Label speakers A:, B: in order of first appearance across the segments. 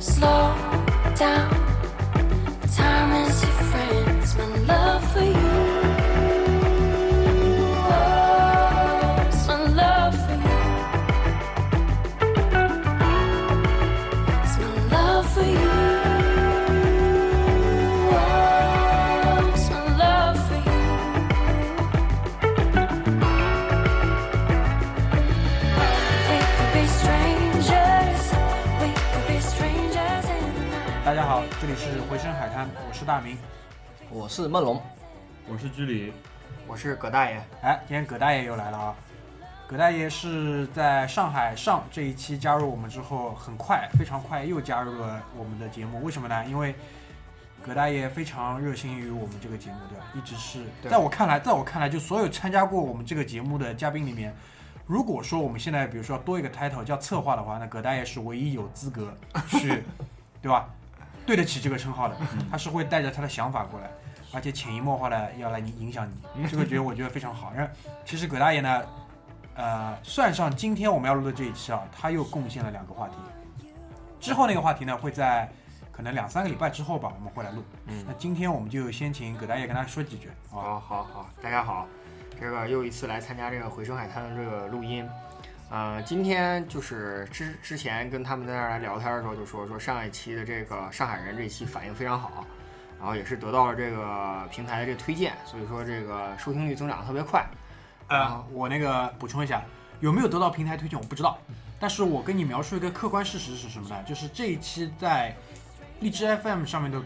A: slow down. Time is your friends, my love for you. Oh, it's my love for you. It's my love for you. Oh, it's my love for you. We could be strangers. We could be strangers in the night.
B: 大家好，这里是回声海滩，我是大明。
C: 我是梦龙，
D: 我是居里，
E: 我是葛大爷，
B: 哎，今天葛大爷又来了啊！葛大爷是在上海上这一期加入我们之后，很快，非常快又加入了我们的节目。为什么呢？因为葛大爷非常热心于我们这个节目，对吧？一直是
E: 对
B: 在我看来，在我看来，就所有参加过我们这个节目的嘉宾里面，如果说我们现在比如说多一个 title 叫策划的话，那 葛大爷是唯一有资格去，对吧？对得起这个称号的，他是会带着他的想法过来，而且潜移默化的要来你影响你，这个觉得我觉得非常好。然后其实葛大爷呢，呃，算上今天我们要录的这一期啊，他又贡献了两个话题。之后那个话题呢，会在可能两三个礼拜之后吧，我们会来录。
C: 嗯
B: 那今天我们就先请葛大爷跟他说几句啊。
E: 好好好，大家好，这个又一次来参加这个回声海滩的这个录音，呃，今天就是之之前跟他们在那儿来聊天的时候就说说上一期的这个上海人这一期反应非常好，然后也是得到了这个平台的这个推荐，所以说这个收听率增长得特别快，
B: 呃，我那个补充一下，有没有得到平台推荐我不知道，但是我跟你描述一个客观事实是什么呢？就是这一期在荔枝 FM 上面的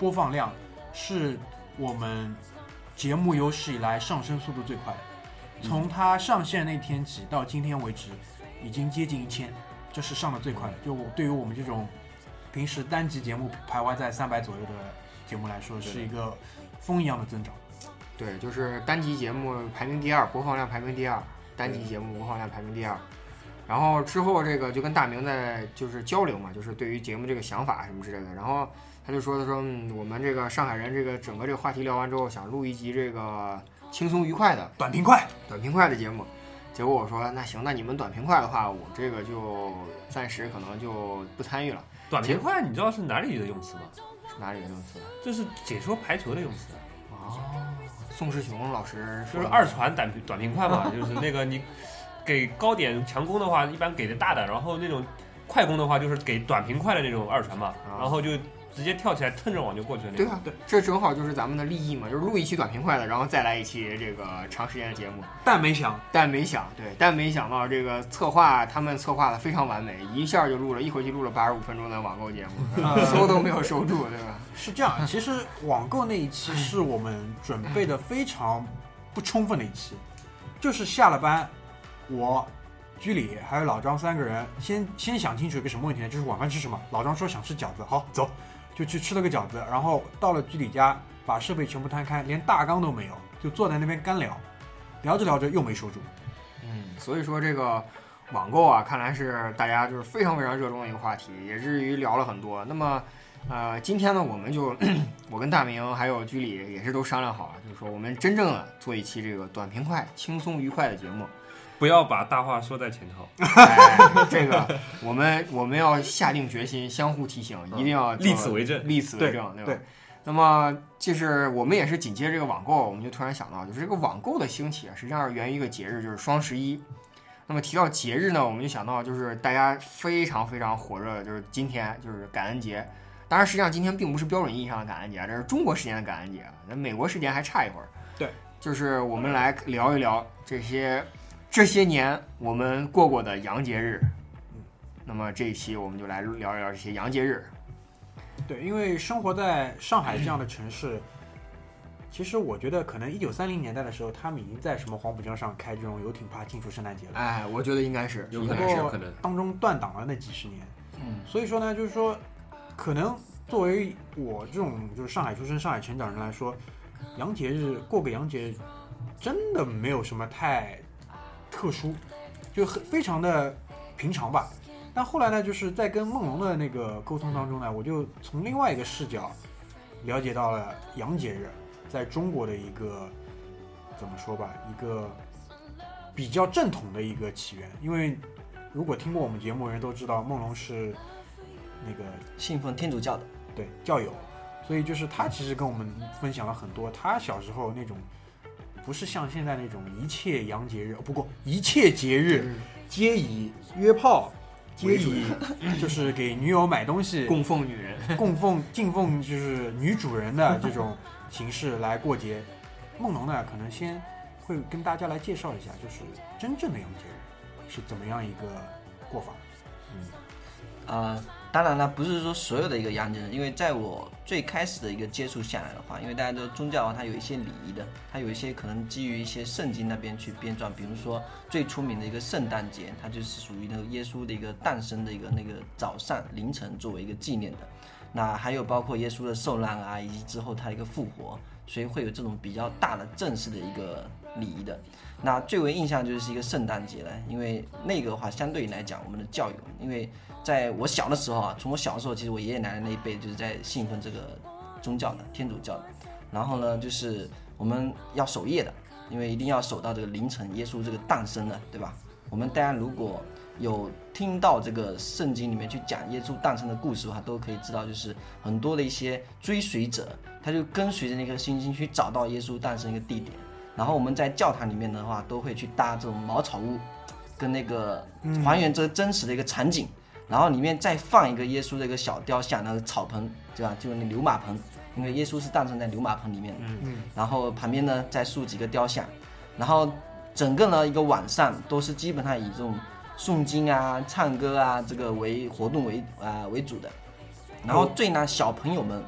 B: 播放量是我们节目有史以来上升速度最快的，从它上线那天起到今天为止，已经接近一千，这是上的最快的。就我对于我们这种平时单集节目徘徊在三百左右的节目来说，是一个风一样的增长。
E: 对，就是单集节目排名第二，播放量排名第二，单集节目播放量排名第二。然后之后这个就跟大明在就是交流嘛，就是对于节目这个想法什么之类的。然后他就说他说、嗯、我们这个上海人这个整个这个话题聊完之后，想录一集这个轻松愉快的
B: 短平快，
E: 短平快的节目。结果我说那行，那你们短平快的话，我这个就暂时可能就不参与了。
D: 短平快，你知道是哪里的用词吗？
E: 是哪里的用词？啊
D: 这是解说排球的用词，
E: 哦，宋世雄老师
D: 就
E: 说
D: 是
E: 的
D: 二传短平短平快嘛，就是那个你给高点强攻的话，一般给的大的，然后那种快攻的话就是给短平快的那种二传嘛，
E: 啊
D: 然后就直接跳起来蹭着网就过去了。
E: 对啊，对，这正好就是咱们的利益嘛，就是录一期短平快的，然后再来一期这个长时间的节目。
B: 但没想
E: 但没想，对，但没想到这个策划他们策划的非常完美，一下就录了一回就录了八十五分钟的网购节目， 收都没有收住，对吧？
B: 是这样，其实网购那一期是我们准备的非常不充分的一期，就是下了班，我、居里还有老张三个人先先想清楚一个什么问题呢？就是晚饭吃什么。老张说想吃饺子，好走，就去吃了个饺子。然后到了居里家，把设备全部摊开，连大纲都没有，就坐在那边干聊，聊着聊着又没收住。
E: 嗯，所以说这个网购啊，看来是大家就是非常非常热衷的一个话题，也至于聊了很多。那么，呃，今天呢，我们就 我跟大明还有居里也是都商量好了，就是说我们真正的做一期这个短平快、轻松愉快的节目。
D: 不要把大话说在前头，
E: 哎，这个我们我们要下定决心，相互提醒，一定要
D: 立嗯此为证。
E: 立此为证，对吧？那么就是我们也是紧接着这个网购，我们就突然想到，就是这个网购的兴起啊，实际上是源于一个节日，就是双十一。那么提到节日呢，我们就想到就是大家非常非常火热的，就是今天就是感恩节。当然，实际上今天并不是标准意义上的感恩节啊，这是中国时间的感恩节啊，那美国时间还差一会儿。
B: 对，
E: 就是我们来聊一聊这些这些年我们过过的洋节日。那么这一期我们就来聊一聊这些洋节日。
B: 对，因为生活在上海这样的城市，其实我觉得可能一九三零年代的时候，他们已经在什么黄浦江上开这种游艇趴庆祝圣诞节了。
E: 哎，我觉得应该是，
D: 有
E: 应
D: 可
E: 该
D: 能
E: 是
D: 是
B: 不
D: 有
B: 过
D: 可能，
B: 当中断档了那几十年，
E: 嗯
B: 所以说呢，就是说，可能作为我这种就是上海出生、上海成长人来说，洋节日过个洋节，真的没有什么太特殊，就很非常的平常吧。但后来呢，就是在跟梦龙的那个沟通当中呢，我就从另外一个视角了解到了洋节日在中国的一个怎么说吧，一个比较正统的一个起源。因为如果听过我们节目的人都知道，梦龙是那个
C: 信奉天主教的，
B: 对教友，所以就是他其实跟我们分享了很多他小时候那种，不是像现在那种一切洋节日，哦不过一切节日皆以约炮，皆以 就是给女友买东西、
E: 供奉女人，
B: 供奉敬奉就是女主人的这种形式来过节。梦龙呢，可能先会跟大家来介绍一下，就是真正的洋节日是怎么样一个过法。
C: 啊、当然了，不是说所有的一个洋节日，因为在我最开始的一个接触下来的话，因为大家都宗教啊它有一些礼仪的，它有一些可能基于一些圣经那边去编撰，比如说最出名的一个圣诞节，它就是属于那个耶稣的一个诞生的一个那个早上凌晨作为一个纪念的。那还有包括耶稣的受难啊，以及之后他的一个复活，所以会有这种比较大的正式的一个礼仪的。那最为印象就是一个圣诞节了，因为那个的话，相对于来讲，我们的教友，因为在我小的时候啊，从我小的时候，其实我爷爷奶奶那一辈就是在信奉这个宗教的天主教的。然后呢，就是我们要守夜的，因为一定要守到这个凌晨，耶稣这个诞生了，对吧？我们大家如果有听到这个圣经里面去讲耶稣诞生的故事的话，都可以知道，就是很多的一些追随者，他就跟随着那颗星星去找到耶稣诞生一个地点。然后我们在教堂里面的话，都会去搭这种茅草屋，跟那个还原这真实的一个场景，然后里面再放一个耶稣的一个小雕像，那个草棚，对吧？就是那牛马棚，因为耶稣是诞生在牛马棚里面的。
B: 嗯，
C: 然后旁边呢再竖几个雕像，然后整个呢一个晚上都是基本上以这种诵经啊、唱歌啊这个为活动为啊、为主的。然后最让小朋友们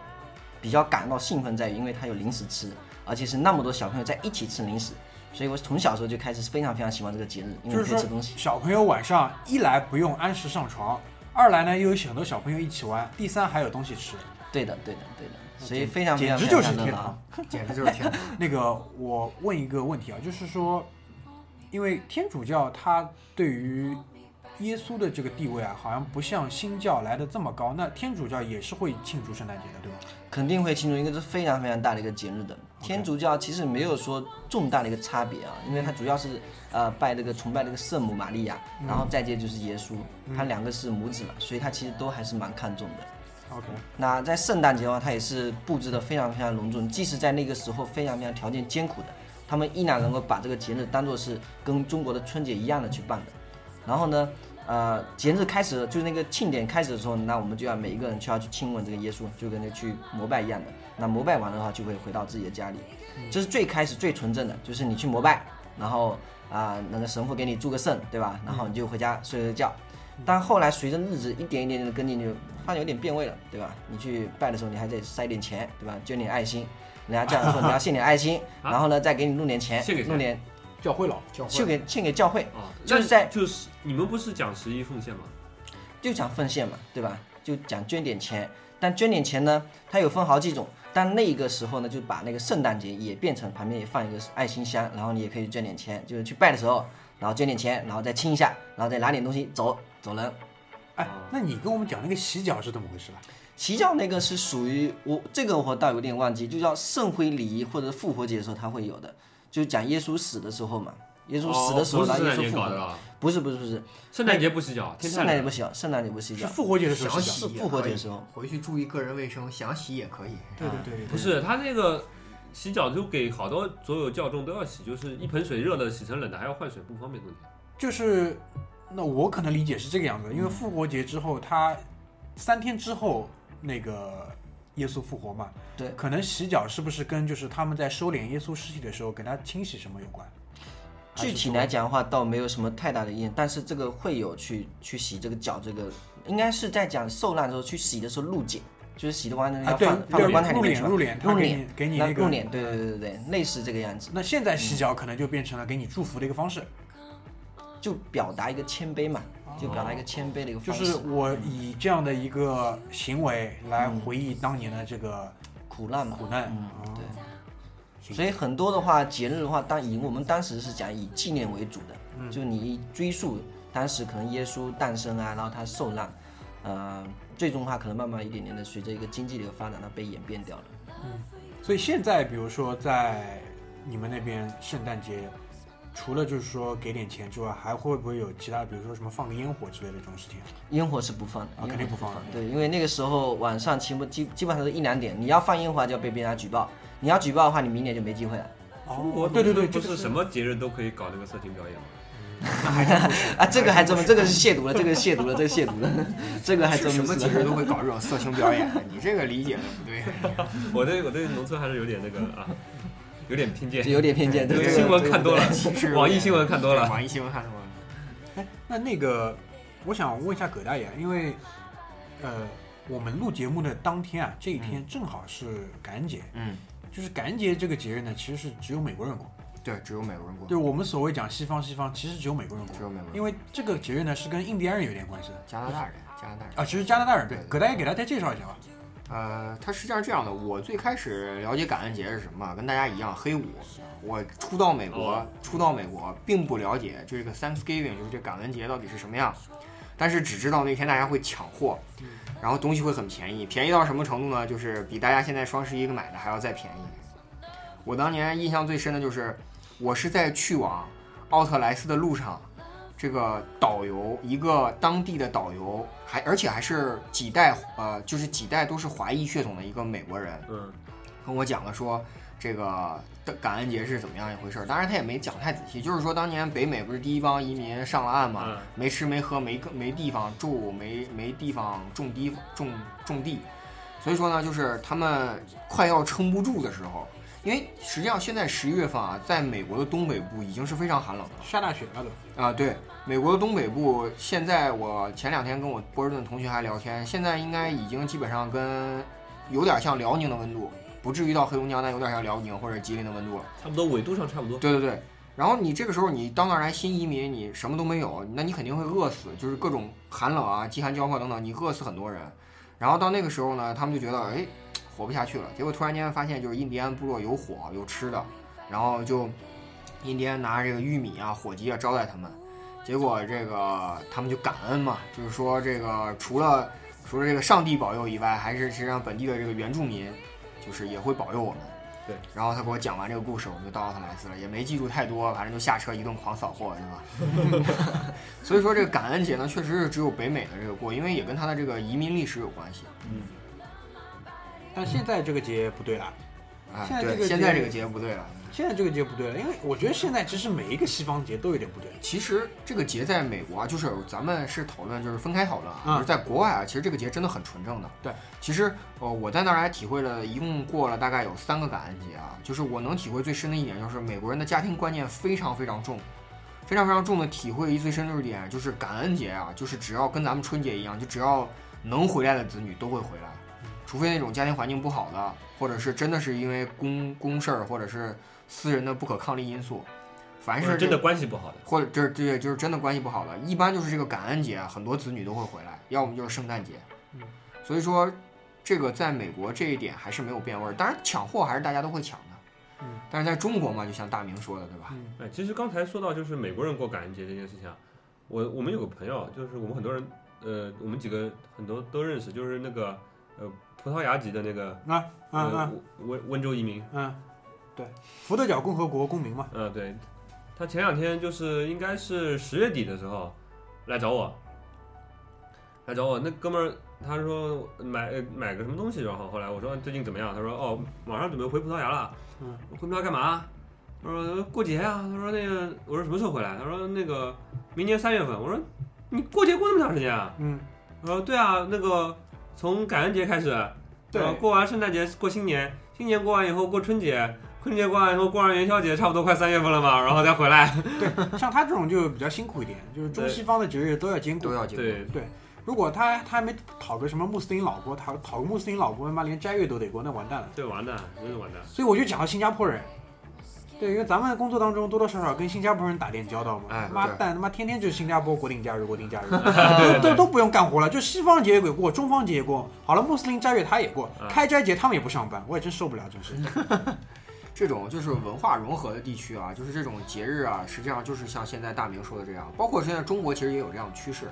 C: 比较感到兴奋在于，因为他有零食吃，而且是那么多小朋友在一起吃零食，所以我从小时候就开始非常非常喜欢嗯这个节日，因
B: 就
C: 为
B: 是
C: 可以
B: 说
C: 吃东西。
B: 小朋友晚上一来不用按时上床，二来呢又有很多小朋友一起玩，第三还有东西吃，
C: 对的，对的，对的，所以非常非
B: 简
C: 常
B: 直
C: 非
B: 就
C: 常
B: 是
C: 热
B: 天
C: 闹啊
B: 堂。。
E: 简直就是天堂。
B: 那个，我问一个问题啊，就是说，因为天主教它对于耶稣的这个地位啊，好像不像新教来的这么高。那天主教也是会庆祝圣诞节的，对吧？
C: 肯定会庆祝，因为这是非常非常大的一个节日的。天主教其实没有说重大的一个差别啊，因为它主要是呃拜这个崇拜这个圣母玛利亚，然
B: 嗯
C: 后再接就是耶稣，它两个是母子嘛，所以它其实都还是蛮看重的。
B: OK，
C: 那在圣诞节的话，它也是布置的非常非常隆重，即使在那个时候非常非常条件艰苦的，他们依然能够把这个节日当做是跟中国的春节一样的去办的。然后呢，呃，节日开始了就是那个庆典开始的时候，那我们就要每一个人就要去亲吻这个耶稣，就跟那去膜拜一样的。那膜拜完的话，就会回到自己的家里，
D: 嗯
C: 这是最开始最纯正的，就是你去膜拜，然后啊、那个神父给你祝个圣，对吧？然后你就回家睡个觉。
D: 嗯
C: 但后来随着日子一点一点点的跟进，就发现有点变味了，对吧？你去拜的时候，你还得塞点钱，对吧？捐点爱心，人家这样说你要献点爱心，然后呢再给你弄点钱
D: 啊献给，谁
C: 弄点
B: 教会佬，教
C: 去给献给教会，
D: 啊，
C: 就
D: 那
C: 是在
D: 就是你们不是讲十一奉献吗？
C: 就讲奉献嘛，对吧？就讲捐点钱，但捐点钱呢，它有分好几种。但那个时候呢，就把那个圣诞节也变成旁边也放一个爱心箱，然后你也可以捐点钱，就是去拜的时候，然后捐点钱，然后再亲一下，然后再拿点东西走走人。
B: 哎，那你跟我们讲那个洗脚是怎么回事吧？
C: 洗脚啊那个是属于我这个我倒有点忘记，就叫圣灰礼仪或者复活节的时候它会有的，就是讲耶稣死的时候嘛，耶稣死的时候，
D: 哦不
C: 然
D: 是
C: 后耶
D: 圣诞
C: 稣
D: 节
C: 复
D: 搞的
C: 活，
D: 啊，
C: 不是不是不是，
D: 圣诞节不洗脚，天太
C: 圣诞节
D: 冷
C: 不洗脚，圣诞节不洗
B: 是
C: 脚，
B: 复活节的时候
E: 想
B: 洗脚。
E: 洗
C: 是复活节的时候
E: 候，回去注意个人卫生，想洗也可以。
B: 对对对对，对
D: 不。是他那个洗脚就给好多所有教众都要洗，就是一盆水热的洗成冷的还要换水，不方便冬天。
B: 就是，那我可能理解是这个样子，因为复活节之后，他三天之后那个耶稣复活嘛，
C: 对
B: 可能洗脚是不是跟就是他们在收敛耶稣尸体的时候给他清洗什么有关？
C: 具体来讲的话，倒没有什么太大的意见，但是这个会有去去洗这个脚，这个应该是在讲受难的时候去洗的时候露脚，就是洗的话呢
B: 啊
C: 要
B: 对
C: 放放
B: 对
C: 到棺材里
B: 入
C: 面
B: 殓
C: 去吧，
B: 入殓他
C: 入
B: 给
C: 殓
B: 你给你
C: 那
B: 那个
C: 入殓，对对对对对，类似这个样子，
B: 那现在洗脚可能就变成了给你祝福的一个方式，
C: 就表达一个谦卑嘛，就表达一个谦卑的一个
B: 就
C: 方式，
B: 是我以这样的一个行为来回忆当年的这个
C: 苦难嘛，
B: 苦难。
C: 对。所以很多的话，节日的话，当以我们当时是讲以纪念为主的，就你追溯当时可能耶稣诞生啊，然后他受难，呃，最终的话可能慢慢一点点的随着一个经济的一个发展，它被演变掉了。
B: 所以现在，比如说在你们那边圣诞节，除了就是说给点钱之外，还会不会有其他，比如说什么放个烟火之类的这种事情？
C: 烟火是不放的，
B: 啊肯定不放
C: 烟火
B: 了
C: 是对，因为那个时候晚上基本基基本上都一两点，你要放烟花就要被别人家举报，你要举报的话，你明年就没机会了。
D: 中国
B: 对对对，
D: 不
B: 这
D: 是
B: 个
D: 什么节日都可以搞那个色情表演吗？
C: 啊，这个还真不，这个是亵渎了，这个是亵渎了，这个亵渎了，这个还
E: 是
C: 真
E: 什
C: 不
E: 么节
C: 是。
E: 日都会搞这种色情表演，你这个理解的 不对。
D: 我对我对农村还是有点那个啊，有点偏 见，
C: 有点偏见，
D: 这
C: 对
D: 个
C: 对
D: 新闻
C: 对
D: 看多了
E: 其实
D: 网易新闻看多了
E: 对网易新闻看多了。
B: 哎，那那个，我想问一下葛大爷，因为，呃，我们录节目的当天啊，这一天正好是感恩节，
E: 嗯，
B: 就是感恩节这个节日呢，其实是只有美国人过。
E: 对，只有美国人过，
B: 对我们所谓讲西方西方，其实只有美国人过
E: 只，有美国人，
B: 因为这个节日呢是跟印第安人有点关系的
E: 加拿大人，加拿大人。
B: 啊，其实加拿大人对。葛大爷给大家再介绍一下吧。
E: 呃，它实际上是这样的，我最开始了解感恩节是什么，跟大家一样，黑五。我初到美国
D: 哦，
E: 初到美国，并不了解这个 Thanksgiving，就是这感恩节到底是什么样，但是只知道那天大家会抢货，然后东西会很便宜，便宜到什么程度呢？就是比大家现在双十一买的还要再便宜。我当年印象最深的就是，我是在去往奥特莱斯的路上，这个导游，一个当地的导游，还而且还是几代呃，就是几代都是华裔血统的一个美国人，
D: 嗯，
E: 跟我讲了说这个感恩节是怎么样一回事儿。当然他也没讲太仔细，就是说当年北美不是第一帮移民上了岸嘛，
D: 嗯
E: 没吃没喝没个没地方住没没地方种地种种地，所以说呢，就是他们快要撑不住的时候。因为实际上现在十一月份啊，在美国的东北部已经是非常寒冷了。
B: 下大雪了都，
E: 啊，对，美国的东北部，现在我前两天跟我波士顿同学还聊天，现在应该已经基本上跟有点像辽宁的温度，不至于到黑龙江，但有点像辽宁或者吉林的温度了。
D: 差不多纬度上差不多。
E: 对对对，然后你这个时候你到那儿来新移民，你什么都没有，那你肯定会饿死，就是各种寒冷啊、饥寒交迫等等，你饿死很多人。然后到那个时候呢，他们就觉得哎活不下去了，结果突然间发现就是印第安部落有火有吃的，然后就印第安拿这个玉米啊、火鸡啊招待他们，结果这个他们就感恩嘛，就是说这个除了除了这个上帝保佑以外，还是实际上本地的这个原住民，就是也会保佑我们。
D: 对，
E: 然后他给我讲完这个故事，我们就到奥特莱斯了，也没记住太多，反正就下车一顿狂扫货，是吧？ 所以说这个感恩节呢，确实是只有北美的这个过，因为也跟它的这个移民历史有关系。
B: 但现在这个节不对了。
E: 哎，
B: 现在这
E: 对，
B: 个
E: 现在
B: 节
E: 这个节不对了。
B: 现在这个节不对了，因为我觉得现在其实每一个西方节都有点不对。
E: 其实这个节在美国啊，就是咱们是讨论，就是分开讨论啊。
B: 嗯
E: 就是在国外啊，其实这个节真的很纯正的。
B: 对，
E: 其实呃，我在那儿还体会了，一共过了大概有三个感恩节啊。就是我能体会最深的一点，就是美国人的家庭观念非常非常重，非常非常重的体会一最深就是一点，就是感恩节啊，就是只要跟咱们春节一样，就只要能回来的子女都会回来，除非那种家庭环境不好的，或者是真的是因为公公事儿或者是私人的不可抗力因素，凡
D: 不
E: 是
D: 是真
E: 这
D: 的关系不好的，
E: 或者这这就是真的关系不好了，一般就是这个感恩节，啊很多子女都会回来，要么就是圣诞节
B: 嗯。
E: 所以说，这个在美国这一点还是没有变味儿。当然，抢货还是大家都会抢的
B: 嗯，
E: 但是在中国嘛，就像大明说的，对吧？
B: 嗯，
D: 哎，其实刚才说到就是美国人过感恩节这件事情啊，我我们有个朋友，就是我们很多人，呃，我们几个很多都认识，就是那个呃葡萄牙籍的那个
B: 啊啊
D: 呃
B: 啊
D: 温温州移民，
B: 啊，对，福特角共和国公民嘛，
D: 嗯、对，他前两天就是应该是十月底的时候来找我，来找我，那哥们儿他说买呃买个什么东西，然后后来我说最近怎么样？他说哦，马上准备回葡萄牙了。
B: 嗯，
D: 回葡萄牙干嘛？我说过节啊。他说那个，我说什么时候回来？他说那个明年三月份。我说你过节过那么长时间啊？
B: 嗯，
D: 他说对啊，那个从感恩节开始，
B: 对
D: 呃过完圣诞节过新年，新年过完以后过春节，春节过完以后过完元宵节，差不多快三月份了嘛，然后再回来。
B: 像他这种就比较辛苦一点，就是中西方的节日都要兼顾
E: 都。要结婚。
D: 对，
B: 如果他他还没讨个什么穆斯林老婆，讨讨个穆斯林老婆，他妈连斋月都得过，那完蛋了。
D: 这完蛋，真是完蛋。
B: 所以我就讲到新加坡人，对，因为咱们工作当中多多少少跟新加坡人打点交道嘛，
E: 哎
B: 妈
E: 对
B: 蛋他妈天天就是新加坡国定假日国定假日，都都都不用干活了，就西方节也过，中方节也过，好了，穆斯林斋月他也过，
D: 嗯
B: 开斋节他们也不上班，我也真受不了，真是。
E: 嗯这种就是文化融合的地区啊，就是这种节日啊，实际上就是像现在大明说的这样，包括现在中国其实也有这样的趋势，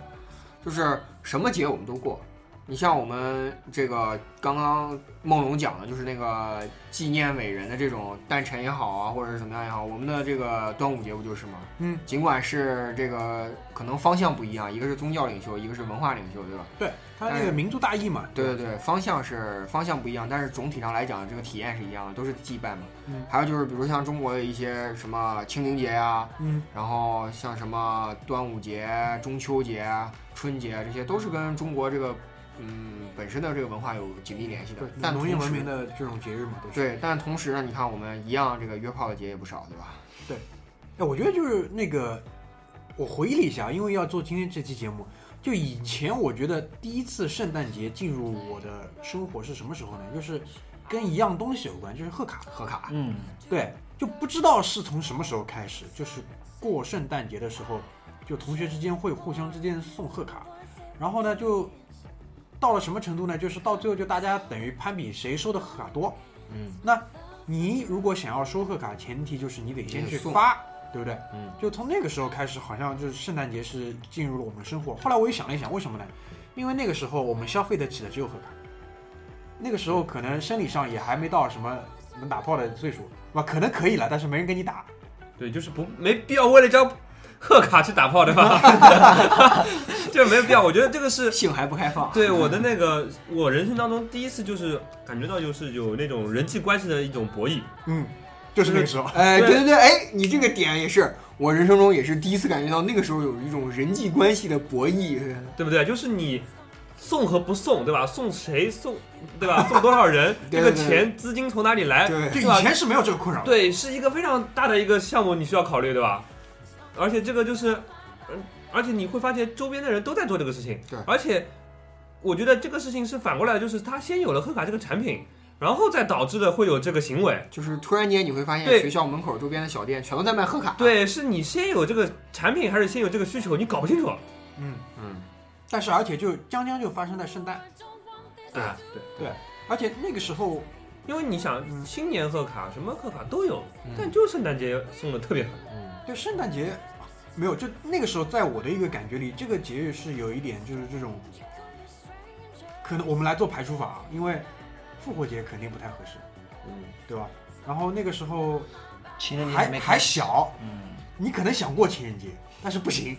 E: 就是什么节我们都过，你像我们这个刚刚梦龙讲的，就是那个纪念伟人的这种诞辰也好啊，或者是怎么样也好，我们的这个端午节不就是吗？
B: 嗯，
E: 尽管是这个可能方向不一样，一个是宗教领袖，一个是文化领袖，对吧？
B: 对他那
E: 但是
B: 个民族大义嘛，
E: 哎对对对，方向是方向不一样，但是总体上来讲，这个体验是一样的，都是祭拜嘛。
B: 嗯
E: 还有就是，比如像中国的一些什么清明节呀、
B: 嗯，
E: 然后像什么端午节、中秋节、春节，这些都是跟中国这个嗯本身的这个文化有紧密联系的
B: 对。，
E: 但
B: 农业
E: 同
B: 文
E: 时
B: 明的这种节日嘛，都是。
E: 对，但同时呢，你看我们一样这个约炮的节也不少，对吧？
B: 哎，我觉得就是那个，我回忆了一下，因为要做今天这期节目，就以前我觉得第一次圣诞节进入我的生活是什么时候呢？就是跟一样东西有关，就是贺卡。
E: 贺卡，
C: 嗯，
B: 对，就不知道是从什么时候开始，就是过圣诞节的时候，就同学之间会互相之间送贺卡，然后呢，就到了什么程度呢？就是到最后就大家等于攀比谁收的贺卡多。
E: 嗯，
B: 那你如果想要收贺卡，前提就是你得先
E: 你得
B: 去
E: 送
B: 发，对不对？
E: 嗯，
B: 就从那个时候开始，好像就是圣诞节是进入了我们生活。后来我也想了一想，为什么呢？因为那个时候我们消费得起的只有贺卡，那个时候可能生理上也还没到什么能打炮的岁数，是吧？可能可以了，但是没人跟你打。
D: 对，就是不没必要为了一张贺卡去打炮，对吧？ 这没有必要，我觉得这个是
E: 性还不开放，
D: 对我的那个我人生当中第一次就是感觉到就是有那种人际关系的一种博弈，
B: 嗯，就是那个时候。
E: 哎，
D: 对
E: 对对对，哎，你这个点也是我人生中也是第一次感觉到那个时候有一种人际关系的博弈。
D: 对不对？就是你。送和不送，对吧？送谁送，对 吧？送多少人？
E: 对
D: 这个
E: 对
D: 钱资金从哪里来？
E: 对
B: 就
D: 吧
B: 以前是没有这个困扰的。
D: 对，是一个非常大的一个项目，你需要考虑，对吧？而且这个就是，嗯，而且你会发现周边的人都在做这个事情，
E: 对
D: 而且我觉得这个事情是反过来，就是他先有了贺卡这个产品，然后再导致了会有这个行为。
E: 就是突然间你会发现，
D: 对
E: 学校门口周边的小店全都在卖贺卡。
D: 对，是你先有这个产品，还是先有这个需求，你搞不清楚。
B: 嗯，
D: 嗯，
B: 但是而且就将将就发生在圣诞，
D: 对啊，对，
B: 而且那个时候
D: 因为你想，嗯新年贺卡什么贺卡都有，
E: 嗯
D: 但就圣诞节送的特别狠。
B: 对圣诞节没有，就那个时候，在我的一个感觉里，这个节日是有一点就是这种，可能我们来做排除法，啊，因为复活节肯定不太合适，
D: 嗯，
B: 对吧？然后那个时候
C: 情人节
B: 还
C: 嗯没
B: 还
C: 开始，
B: 小，
C: 嗯，
B: 你可能想过情人节，但是不行，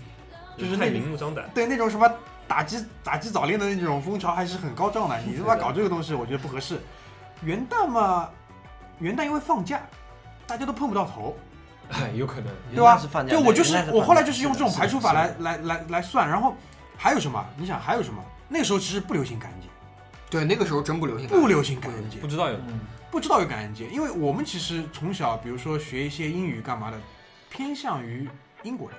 B: 就是
D: 太
B: 那
D: 明目张 胆。
B: 对那种什么打击打击早恋的那种风潮还是很高涨的，你他妈
D: 是的
B: 搞这个东西，我觉得不合适。元旦嘛，元旦因为放假，大家都碰不到头，
D: 哎，有可能。
B: 对吧
C: 原来是放假
B: 对，
C: 的
B: 我就是
C: 原来是
B: 我后来
C: 放假
B: 就是用这种排除法来来来来算，然后还有什么？你想还有什么？那个时候其实不流行感恩节，
E: 对，那个时候真不流行感恩
B: 不
E: 节。
B: 流行感恩节
D: 不，知道有
C: 嗯
B: 不知道有感恩节，因为我们其实从小，比如说学一些英语干嘛的，偏向于英国人，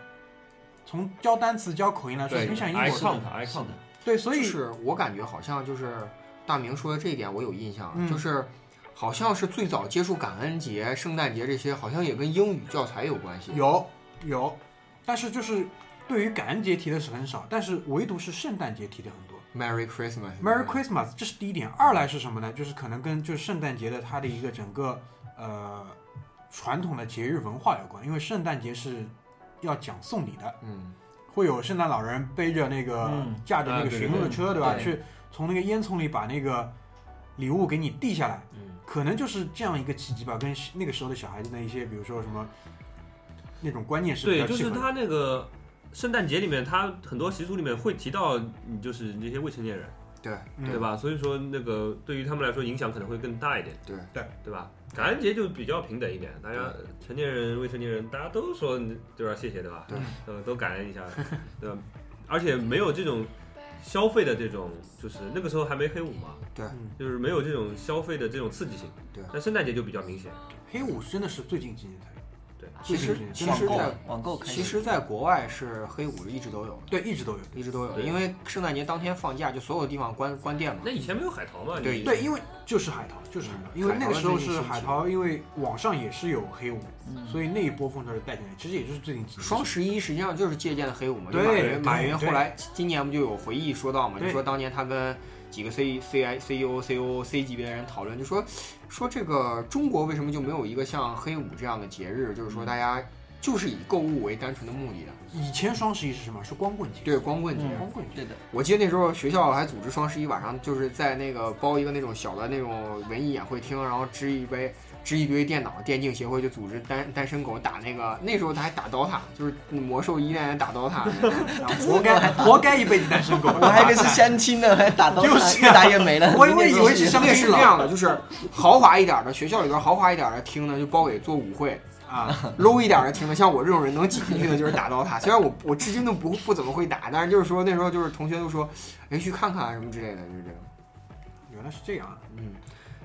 B: 从教单词、教口音来说，
D: 对
B: 偏向于英国人。
D: ，icon 卡 icon
C: 是的
B: 对，所
E: 就
B: 以
E: 是我感觉好像就是大明说的这一点，我有印象，
B: 嗯
E: 就是好像是最早接触感恩节、圣诞节这些，好像也跟英语教材有关系。
B: 有有，但是就是对于感恩节提的是很少，但是唯独是圣诞节提的很多。
E: Merry Christmas。
B: Merry Christmas，这是第一点。二来是什么呢？就是可能跟就是圣诞节的它的一个整个呃传统的节日文化有关，因为圣诞节是要讲送礼的，
E: 嗯，
B: 会有圣诞老人背着那个、
C: 嗯
B: 驾着那
D: 啊
B: 个
D: 对
B: 驯
D: 对
B: 鹿的
D: 对
B: 车，对吧？
C: 对
B: 去从那个烟囱里把那个礼物给你递下来，
E: 嗯
B: 可能就是这样一个契机吧，跟那个时候的小孩子的一些，比如说什么那种观念是比
D: 对，
B: 较
D: 就是
B: 契合的。
D: 他那个圣诞节里面，他很多习俗里面会提到，嗯就是这些未成年人，
E: 对
B: 嗯
D: 对吧？所以说那个对于他们来说影响可能会更大一点，
E: 对
D: 对吧？感恩节就比较平等一点，大家成年人、未成年人，大家都说对吧？谢谢，对吧？
E: 对
D: 嗯，都感恩一下，对吧？而且没有这种消费的这种，就是那个时候还没黑五嘛，
E: 对
B: 嗯
D: 就是没有这种消费的这种刺激性，
E: 对
D: 但圣诞节就比较明显，
B: 黑五真的是最近几年才有，
D: 对
E: 其实
B: 最近几
E: 其
B: 年
E: 实
C: 网购
E: 在
C: 网购开始，
E: 其实，在国外是黑五一直都有的，
B: 对一直都有。
E: 一直都有的，
D: 对
E: 因为圣诞节当天放假，就所有地方关关店嘛
D: 那。以前没有海淘嘛，
E: 对
D: 你
B: 对，因为就是海淘，就是海淘，因为那个时候是海淘，因为网上也是有黑五，所以那一波风潮就带进来。其实也就是最近几年。
E: 双十一实际上就是借鉴的黑五嘛，就
B: 对
E: 马云马
B: 对
E: 云
B: 对
E: 后来今年不就有回忆说到嘛，就
B: 对
E: 说当年他跟几个 C C I C E O C O C 级别的人讨论，
B: 嗯
E: 就说说这个中国为什么就没有一个像黑五这样的节日，就是说大家就是以购物为单纯的目的的。
B: 以前双十一是什么？是光棍节。嗯
E: 对，光棍节。
B: 光棍节。
C: 对的，
E: 我记得那时候学校还组织双十一晚上，就是在那个包一个那种小的那种文艺演会厅，然后支一杯支一堆电脑，电竞协会就组织单单身狗打那个，那时候他还打 DOTA，就是魔兽一代打 DOTA，
B: 啊活该，活该一辈子单身狗。
C: 我还 以为是相亲呢，还打到
B: 就是啊
C: 越打越没了。
B: 我以为以为是相
E: 那
B: 亲
E: 是这样的，就是豪华一点的学校里边豪华一点的厅呢，就包给做舞 会
B: 啊，
E: ；low 一点的厅呢，像我这种人能挤进去的，就是打 DOTA。虽然我我至今都不不怎么会打，但是就是说那时候就是同学都说，哎去看看啊什么之类的，就是这样。
B: 原来是这样啊。
E: 嗯，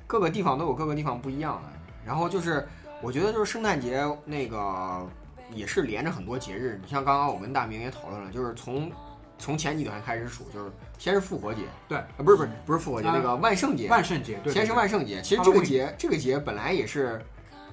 E: 各个地方都有各个地方不一样的。然后就是，我觉得就是圣诞节那个也是连着很多节日。你像刚刚我跟大明也讨论了，就是从从前几段开始数，就是先是复活节，
B: 对
E: 啊，不是不是不是复活节，
B: 啊
E: 那个万圣节，
B: 万圣节，对，对
E: 先是万圣节。其实这个节这个节本来也是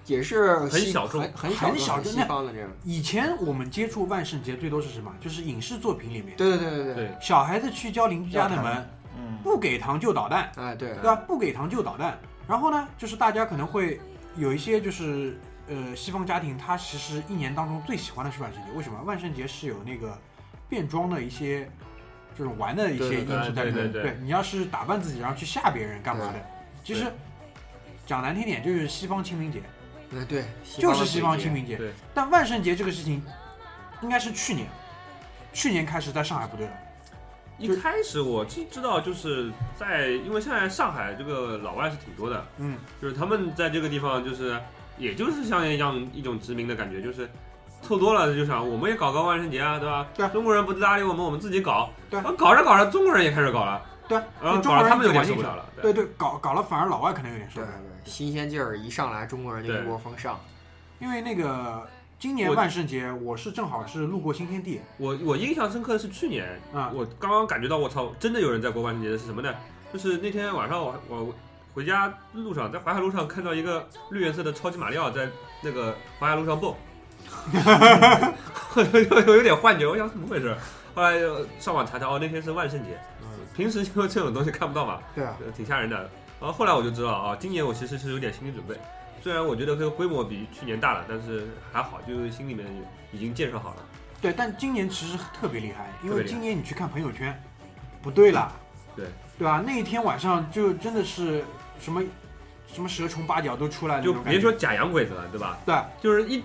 E: 也是西
D: 很小众
E: 很
B: 很
E: 很
B: 小
E: 小
B: 众
E: 西方的这种。
B: 以前我们接触万圣节最多是什么？就是影视作品里面，
E: 对对对对对，
D: 对，
B: 小孩子去敲邻居家的
E: 要
B: 门，
C: 嗯，
B: 不给糖就捣蛋，
E: 哎对
D: 嗯
B: 对啊吧？不给糖就捣蛋。然后呢，就是大家可能会有一些就是呃，西方家庭他其实一年当中最喜欢的是万圣节，为什么？万圣节是有那个变装的一些就是玩的一些
D: 对对对
B: 因素在里面。
D: 对对对
B: 你要是打扮自己，然后去吓别人干嘛的？其实讲难听点，就是西方清明节，
E: 哎对，
B: 就是西方
E: 鬼
B: 清
E: 节。
B: 明节。
D: 对
B: 但万圣节这个事情，应该是去年，去年开始在上海不对了。
D: 一开始我知知道就是在，因为现在上海这个老外是挺多的，
B: 嗯，
D: 就是他们在这个地方就是，也就是像一样一种殖民的感觉，就是凑多了就想我们也搞个万圣节啊，对吧？
B: 对啊
D: 中国人不搭理我们，我们自己搞，
B: 对啊
D: 然后搞着搞着中国人也开始搞了，
B: 对啊，
D: 然后
B: 就中
D: 嗯搞
B: 国
D: 了
B: 人
D: 他们有点
B: 玩
D: 受
B: 进
D: 不
B: 去
D: 了了，
B: 对对，搞搞了反而老外可能有点受
E: 对
B: 不了
E: 对，，对新鲜劲儿一上来，中国人就
D: 对
E: 一窝蜂上。
B: 因为那个今年
D: 我
B: 万圣节我是正好是路过新天地
D: 我我印象深刻的是去年，
B: 啊，
D: 我刚刚感觉到我操，真的有人在过万圣节的是什么呢？就是那天晚上我我回家路上，在淮海路上看到一个绿颜色的超级马里奥在那个淮海路 上蹦，我有有有点幻觉，我想怎么回事？后来呃上网查查，哦，那天是万圣节，
B: 嗯
D: 平时就这种东西看不到嘛，
E: 对啊，
D: 呃挺吓人的。然后后来我就知道啊，今年我其实是有点心理准备，虽然我觉得这个规模比去年大了，但是还好，就是心里面已经建设好了。
B: 对，但今年其实特别厉害，因
D: 特别
B: 为
D: 厉害
B: 今年你去看朋友圈，不对啦，
D: 对
B: 对吧？那一天晚上就真的是什么什么蛇虫八角都出来了那
D: 就
B: 种感
D: 别
B: 觉，
D: 说假洋鬼子了，对吧？
B: 对，
D: 就是一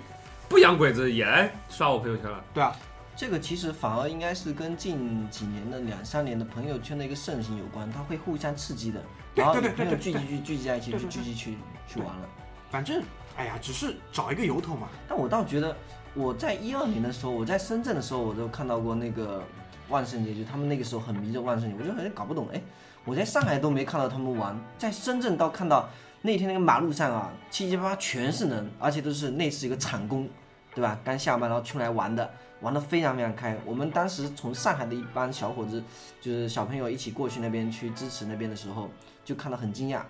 D: 不洋鬼子也来刷我朋友圈了。
B: 对啊，
C: 这个其实反而应该是跟近几年的两三年的朋友圈的一个盛行有关，它会互相刺激的，
B: 对
C: 然后
B: 对对
C: 朋友
B: 对
C: 聚集
B: 对
C: 聚聚集在一起，
B: 对
C: 去
B: 对
C: 聚集去去玩了。
B: 反正哎呀，只是找一个由头嘛，
C: 但我倒觉得，我在一二年的时候，我在深圳的时候，我都看到过那个万圣节，就他们那个时候很迷着万圣节，我就好像搞不懂，哎，我在上海都没看到他们玩，在深圳倒看到那天那个马路上啊，七七八八全是人，而且都是类似一个厂工，对吧？刚下班然后出来玩的，玩的非常非常开。我们当时从上海的一帮小伙子，就是小朋友一起过去那边去支持那边的时候，就看到很惊讶，
B: 哦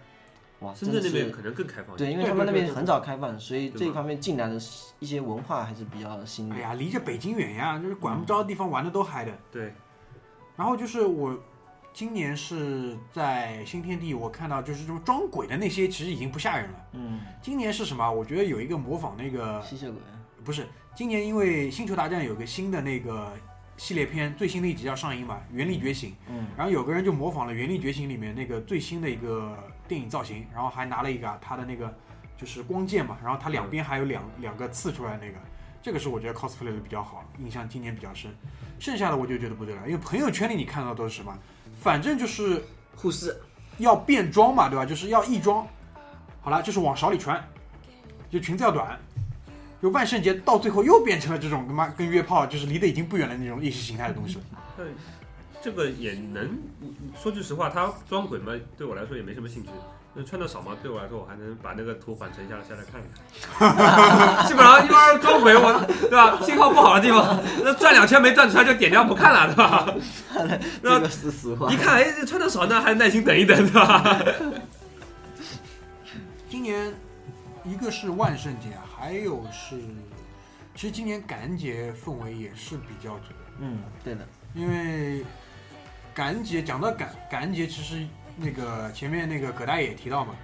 C: 哇，
D: 深圳
C: 真
D: 那
C: 的
D: 边
C: 是
D: 可能更开放一点。
C: 对，因为
B: 对
C: 他
B: 对
C: 们那
B: 对
C: 边
B: 对
C: 很早开放，所以
D: 对
C: 这
D: 吧
C: 方面进来的一些文化还是比较新
D: 嗯
C: 的
B: 哎。呀，离着北京远呀，就是管不着的地方玩的都嗨的。
D: 对，
B: 然后就是我今年是在新天地，我看到就是这种装鬼的那些，其实已经不吓人了。
C: 嗯，
B: 今年是什么啊？我觉得有一个模仿那个
C: 吸血鬼，啊
B: 不是，今年因为《星球大战》有个新的那个系列片，最新的一集要上映嘛，《原力觉醒》。
C: 嗯，
B: 然后有个人就模仿了《原力觉醒》里面那个最新的一个电影造型，然后还拿了一个啊他的那个就是光剑嘛，然后它两边还有两两个刺出来那个，这个是我觉得 cosplay 的比较好，印象今年比较深。剩下的我就觉得不对了，因为朋友圈里你看到都是什么，反正就是
C: 护士，
B: 要变装嘛，对吧？就是要异装，好了，就是往少里穿，就裙子要短。就万圣节到最后又变成了这种他妈跟约炮就是离得已经不远的那种意识形态的东西了。
D: 但这个也能嗯说句实话，他装鬼嘛，对我来说也没什么兴趣。那穿的少嘛，对我来说，我还能把那个图缓存下来下来看一 看。基本上一般装鬼我，对吧？信号不好的地方，那转两圈没转出来就点掉不看了，对 吧？
C: 这个是实话
D: 一。看，哎，这穿的少，那还耐心等一等，对吧？
B: 今年一个是万圣节，还有是，其实今年感恩节氛围也是比较足的，
C: 嗯，对的，
B: 因为感恩节讲到感感恩节，其实那个前面那个葛大爷也提到嘛，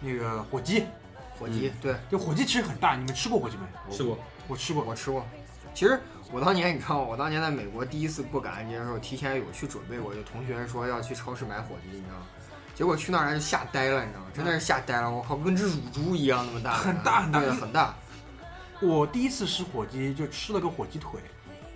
B: 那个火鸡，
E: 火鸡，对
B: 就火鸡其实很大，你们吃过火鸡没？
D: 吃过，
B: 我吃过，
E: 我吃过。其实我当年你知道，我当年在美国第一次过感恩节的时候，提前有去准备，我就同学说要去超市买火鸡，你知道吗？结果去那儿就吓呆了，你知道吗？真的是吓呆了，我靠，跟只乳猪一样那么大，
B: 很大很大
E: 对，很大。
B: 我第一次吃火鸡就吃了个火鸡腿，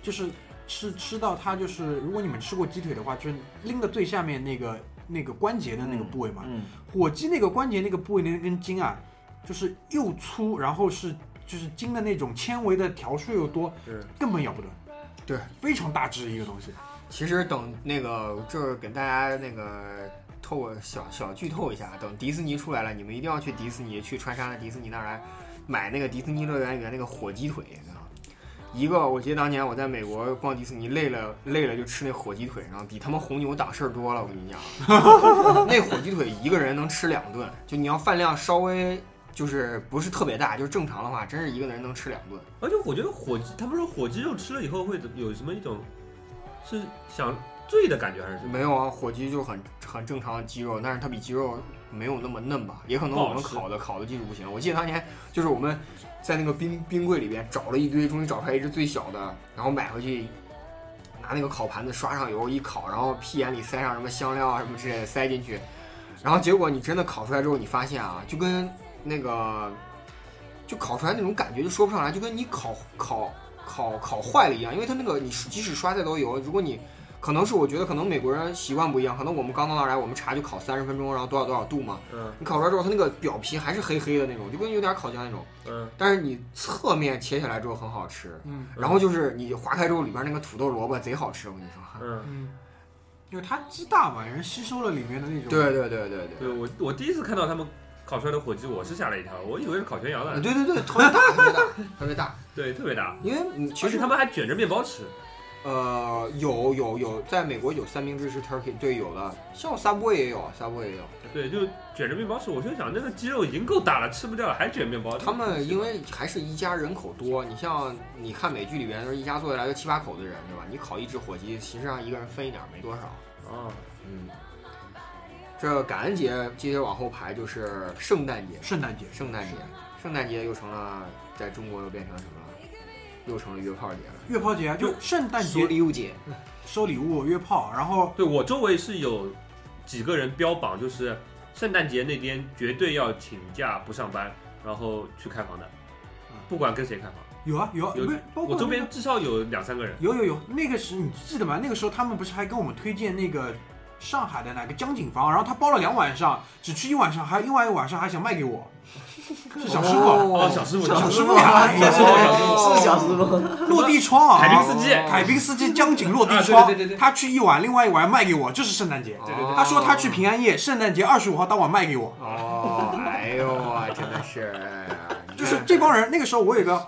B: 就是吃吃到它就是，如果你们吃过鸡腿的话，就是拎的最下面那个那个关节的那个部位嘛，
C: 嗯，
B: 火鸡那个关节那个部位那根筋啊，就是又粗，然后是就是筋的那种纤维的条数又多，
D: 是
B: 根本咬不断。
E: 对，
B: 非常大只一个东西。
E: 其实等那个这儿给大家那个透个小小剧透一下，啊等迪士尼出来了，你们一定要去迪士尼，去川沙的迪士尼那儿来买那个迪士尼乐园里面那个火鸡腿，你知道吗？一个，我记得当年我在美国逛迪士尼，累了累了就吃那火鸡腿，然后比他妈红牛档事儿多了。我跟你讲， 那火鸡腿一个人能吃两顿，就你要饭量稍微就是不是特别大，就是正常的话，真是一个人能吃两顿。
D: 而且我觉得火鸡，他们说火鸡肉吃了以后会有什么一种是想醉的感觉还是什么？
E: 没有啊，火鸡就很很正常的鸡肉，但是它比鸡肉没有那么嫩吧？也可能
D: 不好
E: 我们
D: 吃
E: 烤的烤的技术不行。我记得当年就是我们在那个冰冰柜里边找了一堆，终于找出来一只最小的，然后买回去，拿那个烤盘子刷上油一烤，然后屁眼里塞上什么香料啊什么之类的塞进去，然后结果你真的烤出来之后，你发现啊，就跟那个就烤出来那种感觉就说不上来，就跟你烤烤烤烤坏了一样，因为它那个你即使刷再多油，如果你可能是我觉得可能美国人习惯不一样，可能我们刚到那儿来，我们茶就烤三十分钟，然后多少多少度嘛，
D: 嗯
E: 你烤出来之后，它那个表皮还是黑黑的那种，就跟有点烤焦那种，
D: 嗯，
E: 但是你侧面切下来之后很好吃，
B: 嗯
E: 然后就是你划开之后里边那个土豆萝卜贼好吃，我跟你说，
D: 嗯，
B: 嗯，因为它鸡大嘛，人吸收了里面的那种。
E: 对对对对对
D: 对我我第一次看到他们烤出来的火鸡，我是吓了一跳，我以为是烤全羊的，
E: 对对对，特别大特别大特别大，
D: 对，特别大。
E: 因为你其
D: 而且
E: 实
D: 他们还卷着面包吃，
E: 呃，有有有，在美国有三明治是 turkey，对，有的，像 Subway 也有，Subway 也有。
D: 对，就卷着面包吃。我就想，那个鸡肉已经够大了，吃不掉了，还卷面包。
E: 他们因为还是一家人口多，你像你看美剧里边，就是一家坐下来就七八口的人，对吧？你烤一只火鸡，其实上一个人分一点儿没多少。
D: 哦，
E: 嗯，这感恩节接着往后排就是圣诞节，
B: 圣诞节
E: 圣诞节，圣诞节又成了在中国又变成什么了？又成了约炮节了，
B: 月炮节啊，就圣诞
E: 收
B: 节
E: 礼物节。
B: 收礼物约炮，然后
D: 对我周围是有几个人标榜，就是圣诞节那天绝对要请假不上班，然后去开房的
B: 嗯，
D: 不管跟谁开房。
B: 有啊有啊，
D: 有
B: 不是包括
D: 我周
B: 那
D: 边
B: 个
D: 至少有两三个人。
B: 有有有，那个时你记得吗？那个时候他们不是还跟我们推荐那个上海的哪个江景房，然后他包了两晚上，只去一晚上，还另外一晚上还想卖给我，是小师傅
E: 哦
D: 哦，小师傅，
B: 小师傅
E: 啊
B: 哎呀
D: 小师傅小师傅
E: 哦
C: 是小时候，
B: 落地窗啊，
D: 凯宾斯基
B: 凯宾斯基江景落地
D: 啊
B: 窗，
D: 对对对哦对
B: 他去一晚，另外一晚卖给我，这是圣诞节。
D: 对对对
B: 他说他去平安夜，圣诞节二十五号当晚卖给我，
E: 哦，哎呦啊，真的是，哎呀你
B: 就是
E: 看
B: 这帮人。那个时候我有一个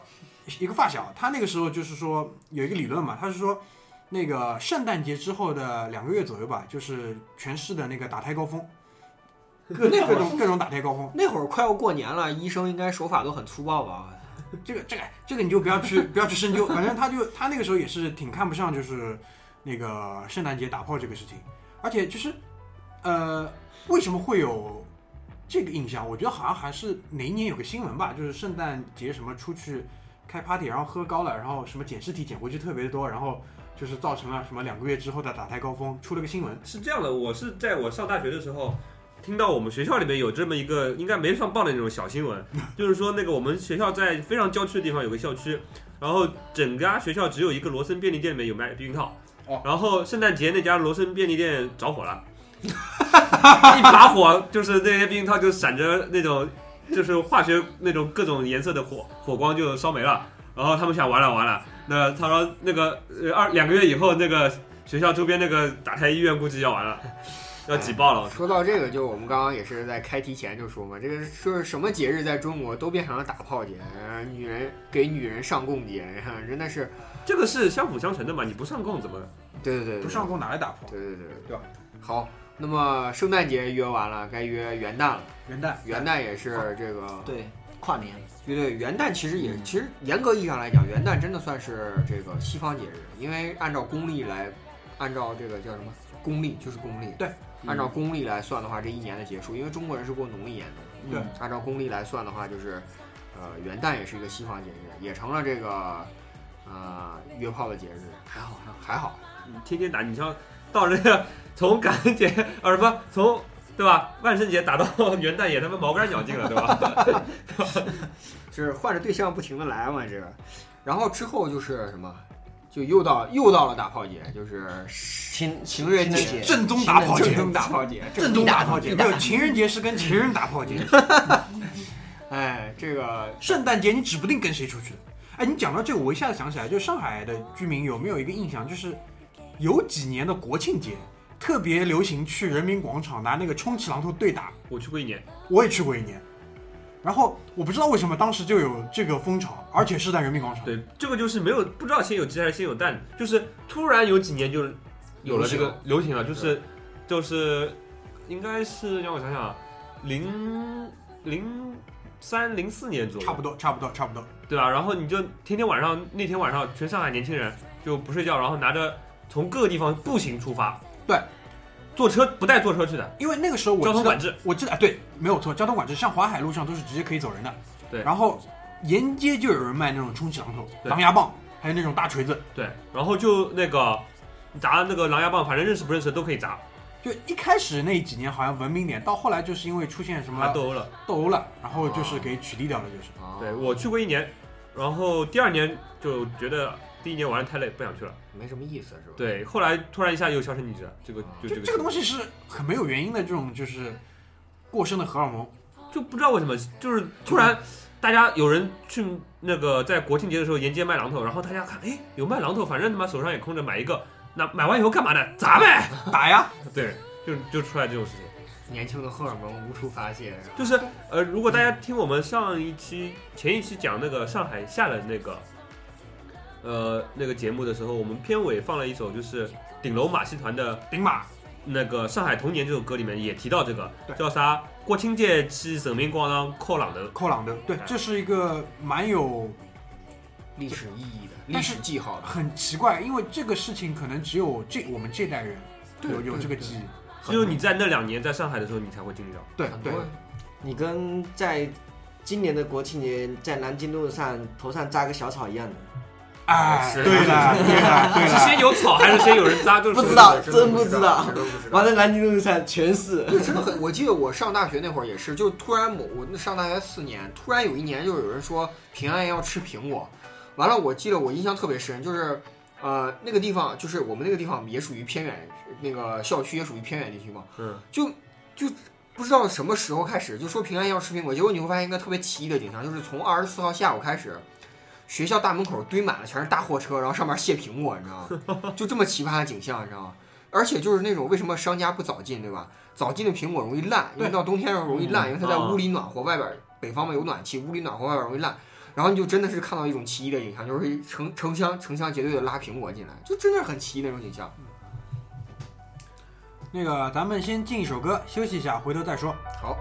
B: 一个发小，他那个时候就是说有一个理论嘛，他是说那个圣诞节之后的两个月左右吧，就是全市的那个打胎高峰，各各种各种打胎高峰。
E: 那会儿快要过年了，医生应该手法都很粗暴吧？
B: 这个这个这个你就不要去 不要去深究，反正他就他那个时候也是挺看不上就是那个圣诞节打炮这个事情，而且就是呃为什么会有这个印象？我觉得好像还是哪一年有个新闻吧，就是圣诞节什么出去开 party，然后喝高了，然后什么捡尸体捡回去特别多，然后就是造成了什么两个月之后的打胎高峰，出了个新闻。
D: 是这样的，我是在我上大学的时候，听到我们学校里面有这么一个应该没上报的那种小新闻，就是说那个我们学校在非常郊区的地方有个校区，然后整家学校只有一个罗森便利店里面有卖避孕套
E: 哦，
D: 然后圣诞节那家罗森便利店着火了，一把火就是那些避孕套就闪着那种就是化学那种各种颜色的火火光就烧没了，然后他们想完了完了。那他说那个呃二两个月以后那个学校周边那个打开医院估计要完了，要挤爆了。
E: 说到这个，就我们刚刚也是在开题前就说嘛，这个就是什么节日在中国都变成了打炮节，呃女人给女人上供节， 呃真的是，
D: 这个是相辅相成的嘛，你不上供怎么？
E: 对对对，对
B: 不上，供哪来打炮？
E: 对对对对
B: 对吧
E: 好，那么圣诞节约完了，该约元旦了，
B: 元旦，
E: 元旦也是这个，
C: 对，跨年，
E: 对对，元旦其实也
B: 嗯
E: 其实严格意义上来讲，元旦真的算是这个西方节日，因为按照公历来，按照这个叫什么公历就是公历，
B: 对，嗯
E: 按照公历来算的话，这一年的结束，因为中国人是过农历年的，
B: 对
E: 嗯，按照公历来算的话，就是呃元旦也是一个西方节日，也成了这个呃约炮的节日，还好还好，
D: 你天天打，你像到这个 从感恩节啊什么从对吧万圣节打到元旦也他妈毛干绞尽了，对吧？
E: 就是换着对象不停的来嘛，这个，然后之后就是什么，就又到又到了大炮节，就是
C: 情
E: 情人
C: 情
E: 节
B: 正宗打炮
E: 正
B: 节，
E: 宗大炮节，
B: 正宗打炮节，
E: 正
B: 没
E: 宗
B: 有情人节是跟情人打炮节，
E: 哎，这个
B: 圣诞节你指不定跟谁出去。哎，你讲到这个，我一下子想起来，就上海的居民有没有一个印象，就是有几年的国庆节特别流行去人民广场拿那个充气榔头对打，
D: 我去过一年，
B: 我也去过一年。然后我不知道为什么当时就有这个风潮，而且是在人民广场。
D: 对，这个就是没有不知道先有鸡还是先有蛋，就是突然有几年就有了这个流行了，就是就是应该是让我想想啊，零零三零四年左右，
B: 差不多，差不多，差不多。
D: 对吧？然后你就天天晚上，那天晚上全上海年轻人就不睡觉，然后拿着从各个地方步行出发，
B: 对，
D: 坐车不带坐车去的，
B: 因为那个时候我
D: 交
B: 记
D: 通
B: 得
D: 管制，
B: 我记得啊，对，没有错，交通管制，像淮海路上都是直接可以走人的。
D: 对
B: 然后沿街就有人卖那种充气榔头、
D: 对
B: 狼牙棒，还有那种大锤子，
D: 对，然后就那个砸那个狼牙棒，反正认识不认识都可以砸，
B: 就一开始那几年好像文明点，到后来就是因为出现什
D: 他
B: 么
D: 斗殴了。
B: 斗殴了，然后就是给取缔掉了，就是。
E: 哦
D: 对我去过一年，然后第二年就觉得第一年玩的太累，不想去了。
E: 没什么意思是吧？
D: 对，后来突然一下又销声匿迹了，这个就
B: 就
D: 这个
B: 这个东西是很没有原因的，这种就是过剩的荷尔蒙。
D: 就不知道为什么，就是突然大家有人去那个在国庆节的时候沿街卖榔头，然后大家看，哎，有卖榔头，反正他妈手上也空着，买一个，那买完以后干嘛呢？砸呗。
B: 打呀！
D: 对，就就出来这种事情。
E: 年轻的荷尔蒙无处发泄，
D: 就是呃，如果大家听我们上一期、前一期讲那个上海下的那个，呃，那个节目的时候，我们片尾放了一首就是顶楼马戏团的
B: 顶马，
D: 那个《上海童年》这首歌里面也提到这个，
B: 对
D: 叫啥？国庆节去人民广场靠榔头，
B: 扣朗的，
D: 哎
B: 对，这是一个蛮有
E: 历史意义的，历
B: 但是
E: 史记号的。
B: 很奇怪，因为这个事情可能只有这我们这代人
E: 对
B: 有有
E: 对
B: 这个
E: 对
B: 记忆。
D: 只有你在那两年在上海的时候，你才会经历到。
B: 对
E: 很多
B: 对，
C: 你跟在今年的国庆节在南京路上头上扎个小草一样的，
B: 哎，
D: 是
B: 对了对了
E: 啊
B: 对
D: 是先
B: 了，
D: 有草还是先有人扎？就是
C: 不知道
E: 真
C: 真不知道
E: 真不知道
C: 完。了南京路上全 是。
E: 对，真的很。我记得我上大学那会儿也是，就突然某我那上大学四年，突然有一年就有人说平安夜要吃苹果，完了我记得我印象特别深，就是呃那个地方就是我们那个地方也属于偏远，那个校区也属于偏远地区嘛，
D: 嗯，
E: 就就不知道什么时候开始就说平安夜要吃苹果，结果你会发现一个特别奇异的景象，就是从二十四号下午开始。学校大门口堆满了全是大货车，然后上面卸苹果，你知道吗？就这么奇葩的景象，你知道吗？而且就是那种为什么商家不早进，对吧？早进的苹果容易烂，因为到冬天的时候容易烂，因为它在
D: 啊
E: 屋里暖和，外边北方嘛有暖气，屋里暖和，外边容易烂。然后你就真的是看到一种奇异的景象，就是成成箱成箱结队的拉苹果进来，就真的是很奇异的那种景象。
B: 那个咱们先进一首歌休息一下，回头再说。
E: 好，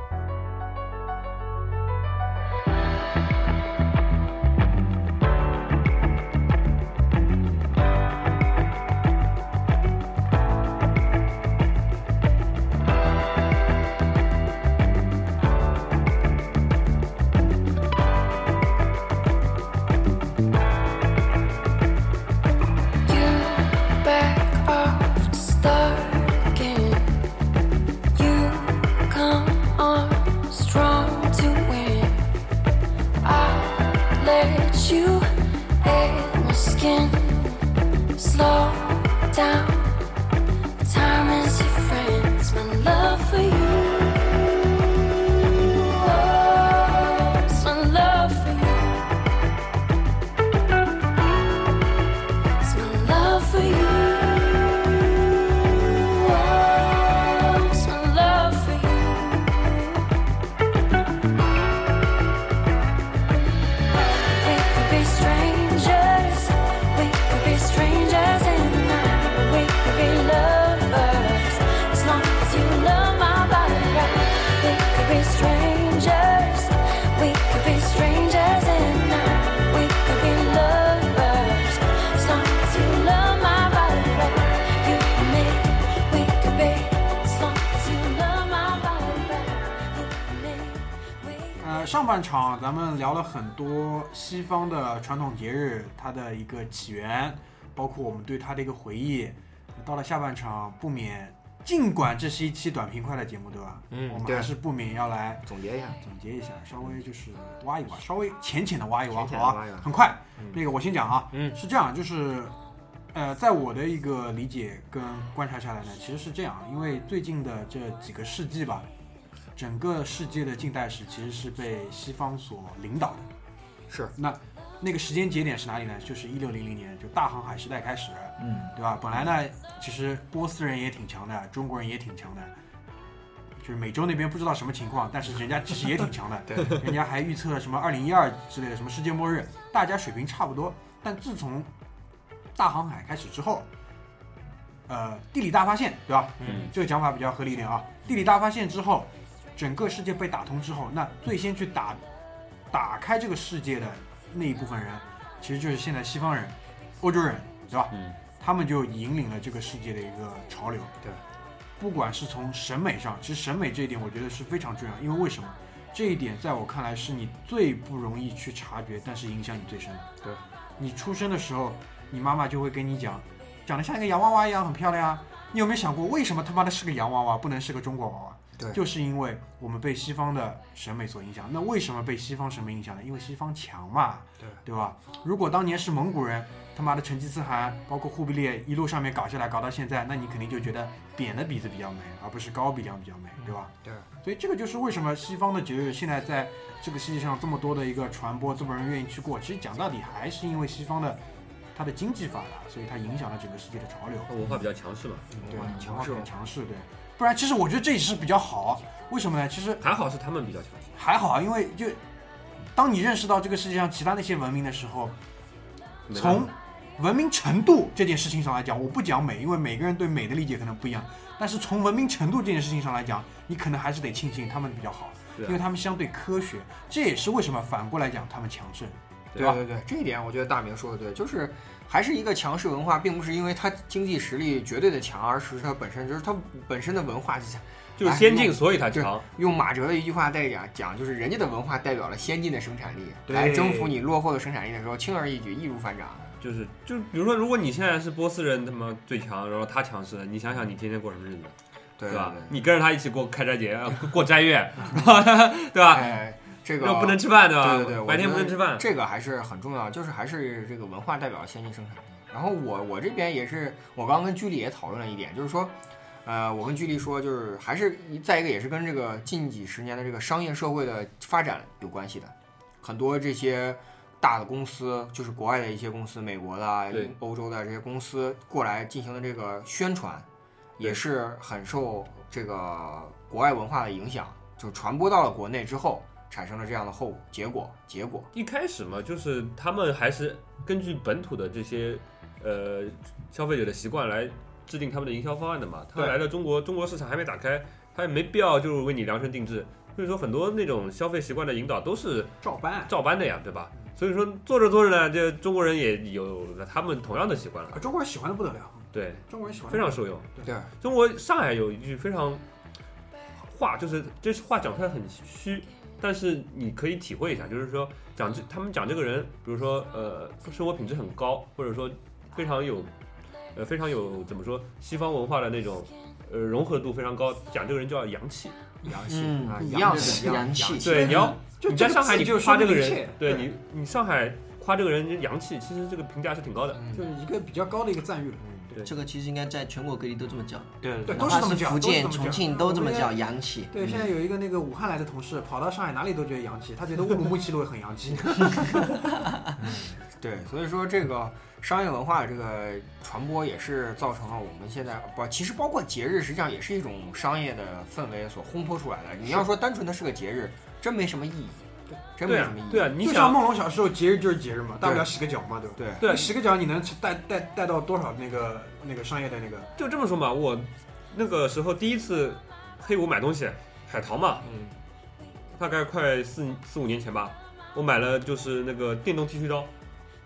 A: You back off to start again. You come on strong to win. I let you in my skin. Slow down. Time is your friends. My love for you. Oh, it's my love for you. It's my love for you. Oh, it's my love for you. We could be strangers. We
B: 呃，上半场咱们聊了很多西方的传统节日，它的一个起源，包括我们对它的一个回忆。到了下半场，不免，尽管这是一期短平快的节目，对吧？
E: 嗯
B: 我们
E: 对
B: 还是不免要来
E: 总结一下，
B: 总结一下，稍微就是挖一挖，稍微浅浅的挖一挖，
E: 浅浅地
B: 好吧啊
E: 挖一挖？
B: 很快，那个我先讲哈，
E: 啊嗯
B: 是这样，就是，呃，在我的一个理解跟观察下来呢，其实是这样，因为最近的这几个世纪吧，整个世界的近代史其实是被西方所领导的。
E: 是
B: 那那个时间节点是哪里呢？就是一六零零年，就大航海时代开始，
C: 嗯，
B: 对吧？本来呢，其实波斯人也挺强的，中国人也挺强的，就是美洲那边不知道什么情况，但是人家其实也挺强的，
E: 对，
B: 人家还预测了什么二零一二之类的什么世界末日，大家水平差不多。但自从大航海开始之后，呃，地理大发现，对吧？
D: 嗯，
B: 这个讲法比较合理一点啊。地理大发现之后，整个世界被打通之后，那最先去打打开这个世界的那一部分人，其实就是现在西方人、欧洲人，对吧？
D: 嗯，
B: 他们就引领了这个世界的一个潮流。
E: 对，
B: 不管是从审美上，其实审美这一点我觉得是非常重要，因为为什么？这一点在我看来是你最不容易去察觉，但是影响你最深的。
E: 对，
B: 你出生的时候，你妈妈就会跟你讲，长得像一个洋娃娃一样很漂亮啊。你有没有想过，为什么他妈的是个洋娃娃，不能是个中国娃娃？
E: 对
B: 就是因为我们被西方的审美所影响。那为什么被西方审美影响呢？因为西方强嘛，
E: 对
B: 对吧？如果当年是蒙古人，他妈的成吉思汗，包括忽必烈一路上面搞下来，搞到现在，那你肯定就觉得扁的鼻子比较美，而不是高鼻梁比较美，对吧？
E: 嗯对，
B: 所以这个就是为什么西方的节日现在在这个世界上这么多的一个传播，这么多人愿意去过。其实讲到底还是因为西方的它的经济发达，所以它影响了整个世界的潮流。
D: 文化比较强势嘛，
B: 对，
E: 哇
B: 强
E: 强
B: 势
E: 势哦
B: 强势，对。不然其实我觉得这也是比较好，啊为什么呢？其实
D: 还好是他们比较强势。
B: 还好，啊因为就当你认识到这个世界上其他那些文明的时候，
D: 没办法
B: 从文明程度这件事情上来讲，我不讲美，因为每个人对美的理解可能不一样。但是从文明程度这件事情上来讲，你可能还是得庆幸他们比较好，
D: 对啊
B: 因为他们相对科学。这也是为什么反过来讲他们强盛。对
E: 对
B: 吧
E: 对对，这一点我觉得大明说的对，就是还是一个强势文化，并不是因为它经济实力绝对的强，而是它本身就是它本身的文化就是
D: 就是先
E: 哎
D: 进，所以它强。
E: 用马哲的一句话代讲讲，就是人家的文化代表了先进的生产力，
B: 对
E: 来征服你落后的生产力的时候，轻而易举，易如反掌。
D: 就是就比如说，如果你现在是波斯人，他妈最强，然后他强势，你想想你天天过什么日子，
E: 对
D: 吧？
E: 对
D: 你跟着他一起过开斋节，呃过斋月， 对吧？
E: 哎，这个
D: 又不能吃饭，对吧？
E: 对对对，我
D: 白天
E: 觉
D: 不
E: 得
D: 能吃饭。
E: 这个还是很重要，就是还是这个文化代表了先进生产力。然后我我这边也是，我刚刚跟居里也讨论了一点，就是说，呃，我跟居里说，就是还是再一个也是跟这个近几十年的这个商业社会的发展有关系的，很多这些。大的公司就是国外的一些公司，美国的啊
D: 对、
E: 欧洲的这些公司过来进行的这个宣传，也是很受这个国外文化的影响，就传播到了国内之后，产生了这样的后果结果结果。
D: 一开始嘛，就是他们还是根据本土的这些呃消费者的习惯来制定他们的营销方案的嘛。他
E: 对
D: 来了中国，中国市场还没打开，他也没必要就是为你量身定制。所以说，很多那种消费习惯的引导都是
B: 照搬，啊
D: 照搬的呀，对吧？所以说做着做着呢，这中国人也有了他们同样的习惯了，
B: 中国人喜欢的不得了，
D: 对，
B: 中国人喜欢
D: 非常受用。
E: 对，
D: 中国上海有一句非常话，就是这话讲出来很虚，但是你可以体会一下，就是说讲这他们讲这个人，比如说呃生活品质很高，或者说非常有呃非常有怎么说西方文化的那种呃融合度非常高，讲这个人就要洋气。
E: 洋
C: 嗯
E: 啊，
B: 洋
E: 样
B: 气
E: 的洋
C: 洋气
E: 气
D: 对，你要
B: 就
D: 你在上海你夸这个
B: 这个字
D: 人
B: 就，说明一切
D: 对你你上海夸这个人洋气，其实这个评价是挺高的。
B: 就是一个比较高的一个赞誉了。
D: 对
C: 这个其实应该在全国各地都这么叫，
E: 对
B: 对
C: 哪
B: 都是
C: 怕
B: 这么
C: 是
B: 叫
C: 福
B: 都是这
C: 建、
B: 么叫
C: 重庆都这么叫洋气。
B: 对，现在有一个那个武汉来的同事，跑到上海哪里都觉得洋气，他觉得乌鲁木齐路也很洋气。
E: 对，所以说这个商业文化的这个传播也是造成了我们现在不，其实包括节日，实际上也是一种商业的氛围所烘托出来的。你要说单纯的是个节日，真没什么意义，真没
D: 对
E: 什
D: 啊
E: 么意义。，
D: 对啊，你
B: 就像
D: 想
B: 梦龙小时候节日就是节日嘛，大不了
E: 对
B: 洗个脚嘛，对吧？
E: 对
D: 对啊
B: 那洗个脚你能带带带到多少那个那个商业的那个？
D: 就这么说嘛，我那个时候第一次黑五买东西，海淘嘛，
E: 嗯，
D: 大概快四四五年前吧，我买了就是那个电动剃须刀，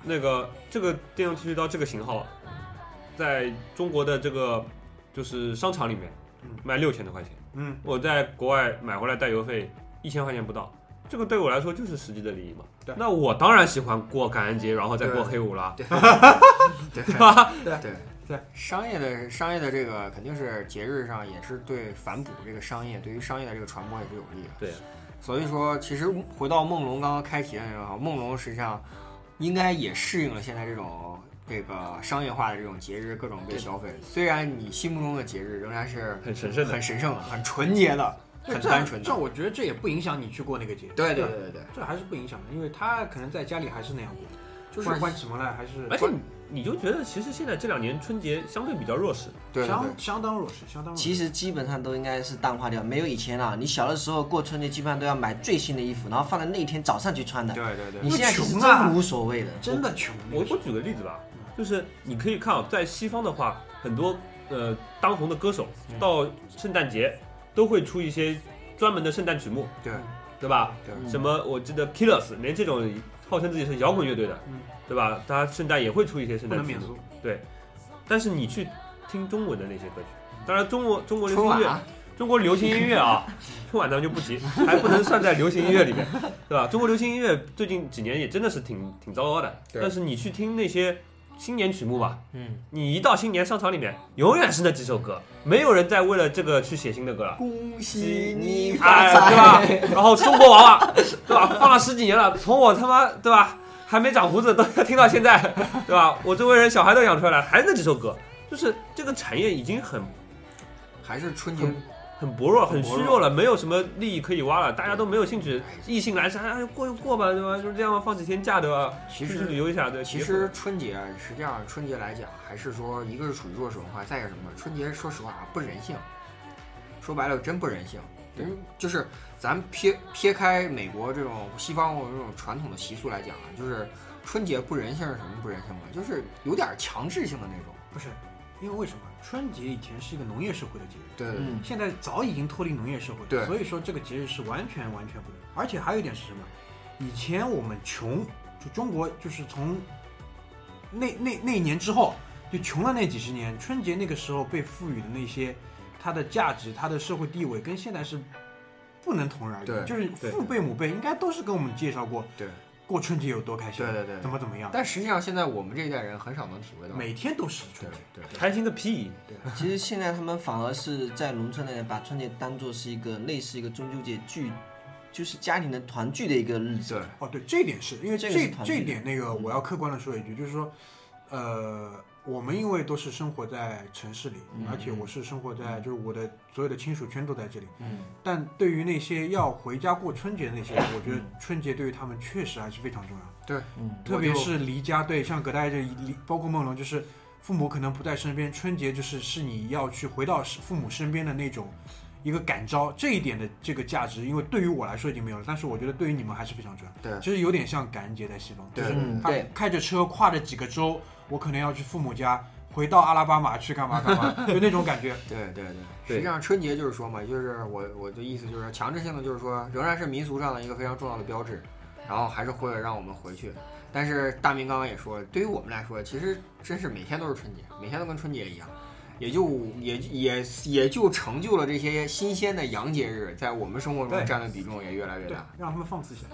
D: 那个这个电动剃须刀这个型号，啊在中国的这个就是商场里面
B: 嗯
D: 卖六千多块钱，
B: 嗯，
D: 我在国外买回来带邮费一千块钱不到，这个对我来说就是实际的利益嘛。
B: 对
D: 那我当然喜欢过感恩节，然后再过
E: 对
D: 黑五了。
E: 对对
B: 对，
E: 商业的商业的这个肯定是节日上也是对反哺这个商业，对于商业的这个传播也是有利的。
D: 对，啊
E: 所以说其实回到梦龙刚刚开题的那个，梦龙实际上应该也适应了现在这种这个商业化的这种节日各种被消费。虽然你心目中的节日仍然 是
D: 很神圣的
E: 很神圣的、很纯洁的、很
B: 这
E: 单纯的
B: 这。我觉得这也不影响你去过那个节，
E: 对对对对对，
B: 这还是不影响的，因为他可能在家里还是那样过，就
E: 不
B: 是
E: 是
B: 关什么呢？还是
D: 而且你你就觉得，其实现在这两年春节相对比较弱势，
E: 对对对
B: 相相当弱势，相当弱势。
C: 其实基本上都应该是淡化掉，没有以前了。你小的时候过春节，基本上都要买最新的衣服，然后放在那一天早上去穿的。
E: 对对对
C: 你现在其实
B: 那穷啊
C: 真无所谓的，
B: 真的穷，那
D: 我
B: 个
D: 我
B: 时
D: 举个例子吧，
B: 嗯
D: 就是你可以看啊，在西方的话，很多呃当红的歌手
B: 嗯
D: 到圣诞节都会出一些专门的圣诞曲目，
E: 对
D: 对吧？
E: 对
D: 什么我记得 Killers，连这种号称自己是摇滚乐队的，
B: 嗯
D: 对吧？他圣诞也会出一些
B: 候
D: 圣
B: 不
D: 诞
B: 能
D: 曲
B: 免
D: 目，
B: 俗。
D: 但是你去听中文的那些歌曲，当然中国中国流行
E: 春
D: 音
E: 晚
D: 乐
E: 啊，
D: 中国流行音乐 啊，春晚咱们就不提，还不能算在流行音乐里面，对吧？中国流行音乐最近几年也真的是挺挺糟糕的，
E: 对
D: 但是你去听那些新年曲目吧，
E: 嗯，
D: 你一到新年商场里面，永远是那几首歌，没有人再为了这个去写新的歌了。
E: 恭喜你发
D: 哎，
E: 财。
D: 对吧？然后中国娃娃， 对吧？放了十几年了，从我他妈对吧，还没长胡子，都要听到现在， 对吧？我周围人小孩都养出来了，还是那几首歌，就是这个产业已经很
E: 还是春节
D: 很薄弱、很
E: 很薄
D: 虚
E: 弱
D: 弱了，没有什么利益可以挖了，大家都没有兴趣，异性来啥、哎、过就过吧，对吧？就是这样吧，放几天假，对吧？
E: 其
D: 出去
E: 实
D: 旅游一下，对。
E: 其实春节啊实际上春节来讲，还是说一个是属于弱势文化，再一个什么？春节说实话啊不人性，说白了真不人性。人就是咱撇撇开美国这种西方这种传统的习俗来讲啊，就是春节不人性是什么不人性啊？就是有点强制性的那种。
B: 不是，因为为什么春节以前是一个农业社会的节日，
E: 对对对
C: 嗯，
B: 现在早已经脱离农业社会了，
E: 对
B: 所以说这个节日是完全完全不能。而且还有一点是什么？以前我们穷，就中国就是从那那那一年之后就穷了那几十年，春节那个时候被赋予的那些它的价值、它的社会地位，跟现在是不能同日而语的。
E: 对
B: 就是
E: 对
B: 父辈母辈应该都是跟我们介绍过
E: 对。
B: 过春节有多开心，
E: 对对对
B: 怎么怎么样，
E: 但实际上现在我们这一代人很少能体会到。
B: 每天都是春
E: 对
B: 节。
E: 对对
D: 开心个屁！
C: 其实现在他们反而是在农村那边把春节当做是一个类似一个中秋节聚，就是家庭的团聚的一个日子。
E: 对，
B: 哦，对，这一点是因为
C: 这
B: 这
C: 个是团
B: 这一
C: 队的嗯
B: 点那个我要客观的说一句，就是说，呃，我们因为都是生活在城市里，
C: 嗯
B: 而且我是生活在就是我的所有的亲属圈都在这里，
C: 嗯，
B: 但对于那些要回家过春节的那些人，我觉得春节对于他们确实还是非常重要，
E: 对，
C: 嗯，
B: 特
E: 我
B: 别
E: 就是
B: 离家，对，像葛大爷这离，包括梦龙，就是父母可能不在身边，春节就是是你要去回到父母身边的那种。一个感召这一点的这个价值，因为对于我来说已经没有了，但是我觉得对于你们还是非常重要。
E: 对
B: 就是有点像感恩节在西方，
E: 对
B: 就是
C: 嗯
B: 他
C: 对
B: 开着车跨着几个州，我可能要去父母家，回到阿拉巴马去干嘛干 嘛，就那种感觉。
E: 对对对，
D: 对
E: 实际上春节就是说嘛，就是我我的意思就是强制性的，就是说仍然是民俗上的一个非常重要的标志，然后还是会让我们回去。但是大明刚刚也说了，对于我们来说，其实真是每天都是春节，每天都跟春节一样，也就也也也就成就了这些新鲜的洋节日在我们生活中
B: 对
E: 占的比重也越来越
B: 对
E: 大。，
B: 让他们放肆一下，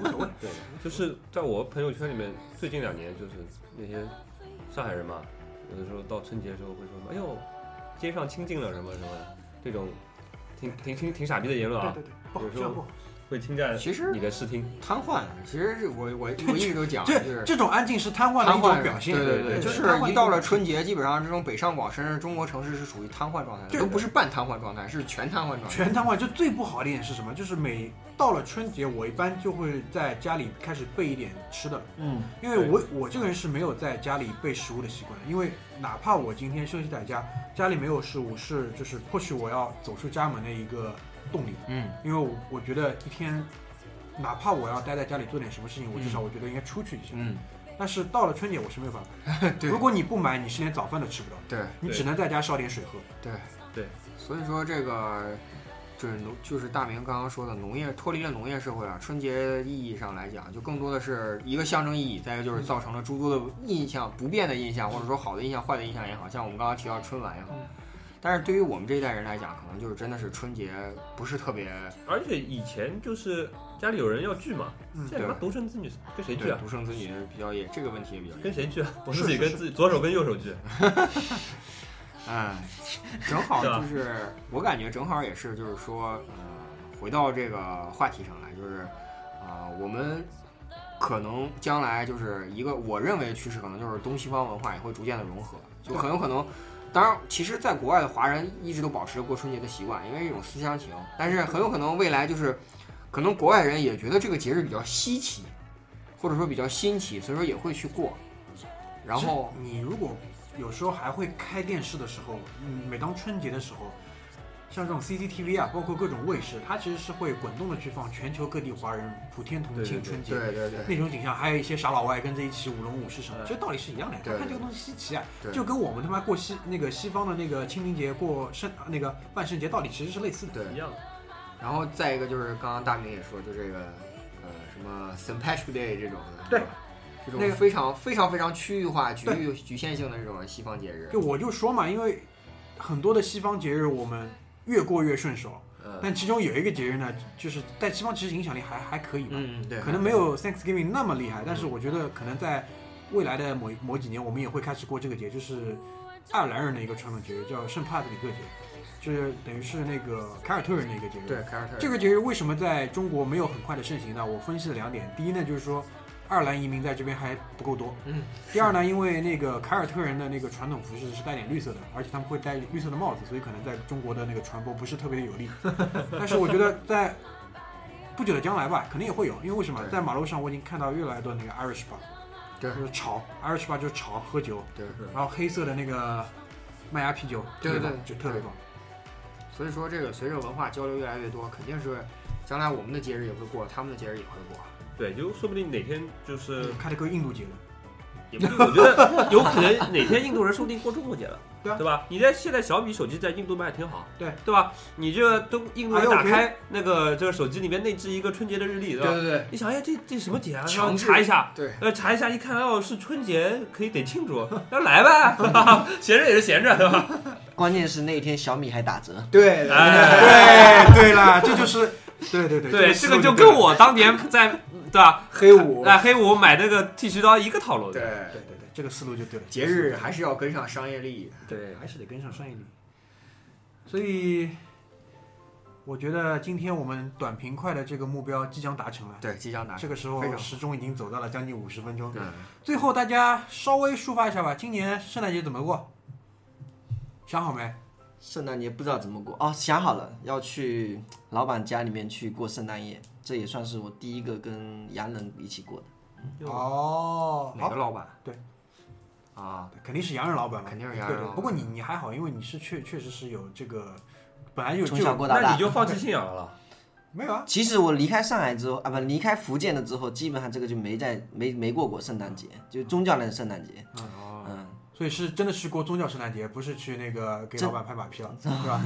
B: 无所谓。
D: 对，就是在我朋友圈里面，最近两年就是那些上海人嘛，有的时候到春节的时候会说什么“哎呦，街上清静了”什么什么的，这种挺挺挺挺傻逼的言论
B: 对
D: 啊
B: 对，对，不好
D: 有时候
B: 这样不好。
D: 会侵占
E: 其实
D: 你的视听。
E: 瘫痪，其实是我 我我一直都讲，就
B: 这
E: 是
B: 这种安静是瘫痪的
E: 啊瘫
B: 一
E: 痪
B: 种表现，
E: 对对
D: 对
E: 对，就
B: 就是是
E: 一到了春节，基本上这种北上广深至中国城市是属于瘫痪状态的，
B: 对
E: 都不是半瘫痪状态，是全瘫痪状态。
B: 全瘫痪。就最不好的一点是什么？就是每到了春节，我一般就会在家里开始备一点吃的了。
C: 嗯，
B: 因为我我这个人是没有在家里备食物的习惯的，因为哪怕我今天休息在家，家里没有食物是就是迫使我要走出家门的一个动力，
E: 嗯，
B: 因为我我觉得一天，哪怕我要待在家里做点什么事情，我至少我觉得应该出去一下。
E: 嗯，
B: 但是到了春节我是没有办法的，
E: 对
B: 如果你不买，你是连早饭都吃不到的，
E: 对
B: 你
D: 对
B: 只能在家烧点水喝。
E: 对
D: 对，
E: 所以说这个就是农，就是大明刚刚说的农业脱离了农业社会啊，春节意义上来讲，就更多的是一个象征意义，再一个
B: 嗯
E: 就是造成
B: 嗯
E: 了诸多的印象不变的印象，或者说好的印象、坏的印象也好像我们刚刚提到春晚也好，但是对于我们这一代人来讲，可能就是真的是春节不是特别
D: 而且以前就是家里有人要聚嘛，
B: 嗯
D: 现在他妈独生子女跟谁聚
E: 对
D: 啊？
E: 独生子女比较也这个问题也比较严
D: 跟谁聚啊？ 我
B: 是
D: 自己跟自己左手跟右手聚，
E: 嗯，正好
D: 是吧
E: 就是我感觉正好也是就是说，呃，回到这个话题上来，就是啊、呃我们可能将来就是一个我认为的趋势，可能就是东西方文化也会逐渐的融合，就很有可能。当然，其实，在国外的华人一直都保持着过春节的习惯，因为是一种思乡情。但是，很有可能未来就是，可能国外人也觉得这个节日比较稀奇，或者说比较新奇，所以说也会去过。然后，
B: 是你如果有时候还会开电视的时候，嗯每当春节的时候，像这种 CCTV 啊，包括各种卫视，它其实是会滚动的去放全球各地华人普天同庆
D: 对对对
B: 春节。
E: 对对对，
B: 那种景象，还有一些傻老外跟着一起舞龙舞狮什么的，这道理是一样的呀。
E: 对
B: 他看这个东西稀奇啊，
E: 对
B: 就跟我们他妈过西那个西方的那个清明节过圣那个万圣节道理其实是类似的。
E: 对
D: 一样。
E: 然后再一个就是刚刚大明也说，就这个呃什么 St. Patrick Day 这种的，
B: 对
E: 是吧，这
B: 那
E: 种
B: 个
E: 非常非常非常区域化、局域局限性的这种西方节日
B: 就，我就说嘛，因为很多的西方节日我们越过越顺手，
E: 嗯
B: 但其中有一个节日呢，就是在西方其实影响力还还可以嘛，
E: 嗯对，
B: 可能没有 Thanksgiving 那么厉害，但是我觉得可能在未来的某某几年，我们也会开始过这个节，就是爱尔兰人的一个传统节日，叫圣帕特里克节，就是等于是那个凯尔特人的一个节日。
E: 对凯尔特人
B: 这个节日为什么在中国没有很快的盛行呢？我分析了两点，第一呢就是说，爱尔兰移民在这边还不够多。
E: 嗯。
B: 第二呢，因为那个凯尔特人的那个传统服饰是带点绿色的，而且他们会戴绿色的帽子，所以可能在中国的那个传播不是特别的 有力。但是我觉得在不久的将来吧，肯定也会有，因为为什么
E: 对
B: 在马路上我已经看到越来越多那个 Irish bar，
E: 对
B: 就是炒 Irish bar 就是炒喝酒，
E: 对，
B: 然后黑色的那个麦芽啤酒，
E: 对
B: 特别
E: 对
B: 棒就特别棒。
E: 所以说这个随着文化交流越来越多，肯定是将来我们的节日也会过，他们的节日也会过。
D: 对，就说不定哪天就是
B: 开了个印度节的，
D: 也不是，我觉得 有可能哪天印度人说不定过中国节了，
B: 对啊
D: 吧？你在现在小米手机在印度卖的挺好，
B: 对
D: 对吧？你这个都印度
B: 哎呦
D: 人打
B: 别
D: 开那个这个手机里面内置一个春节的日历，对吧？
E: 对
D: 你想哎，这这什么节啊？然后
E: 强制
D: 查一下，
E: 对
D: 呃，查一下，一看哦，是春节，可以得庆祝，那来呗，哈哈 闲着也是闲着，对吧？
C: 关键是那一天小米还打折，
E: 对对，
D: 哎，
B: 对对啦， 这就是，对对对
D: 对，
B: 思
D: 这
B: 路
D: 个就
B: 对了
D: 跟我当年在对吧？
E: 黑五，
D: 在黑五买那个剃须刀一个套路的，
E: 对
B: 对对对，这个思路就对了。
E: 节日还是要跟上商业利益的。
D: 对
B: 还是得跟上上一年，所以我觉得今天我们短平快的这个目标即将达成了。
E: 对，即将拿
B: 这
E: 上。
B: 个时
E: 非
B: 候
E: 常
B: 时钟已经走到了将近五十分钟。
E: 嗯，
B: 最后大家稍微抒发一下吧，今年圣诞节怎么过？想好没？
C: 圣诞节不知道怎么过哦，想好了要去老板家里面去过圣诞夜，这也算是我第一个跟洋人一起过的。
D: 哟
B: 哦，
E: 哪
B: 好
E: 个，老板？
B: 对，
E: 啊，
B: 肯定是洋人老板嘛，
E: 肯定是洋
B: 对
E: 人
B: 对
E: 老板
B: 不过你你还好，因为你是确确实是有这个，本来就有
C: 从
B: 哎就
C: 小
B: 有
C: 过大
D: 那
C: 大
D: 你。就放弃信仰了啦。
B: 没有啊？
C: 其实我离开上海之后啊，不离开福建了之后，基本上这个就没在没没过过圣诞节，就宗教类的圣诞节。嗯，
B: 所以是真的是过宗教圣诞节，不是去那个给
C: 真
B: 老板拍马屁了，对吧？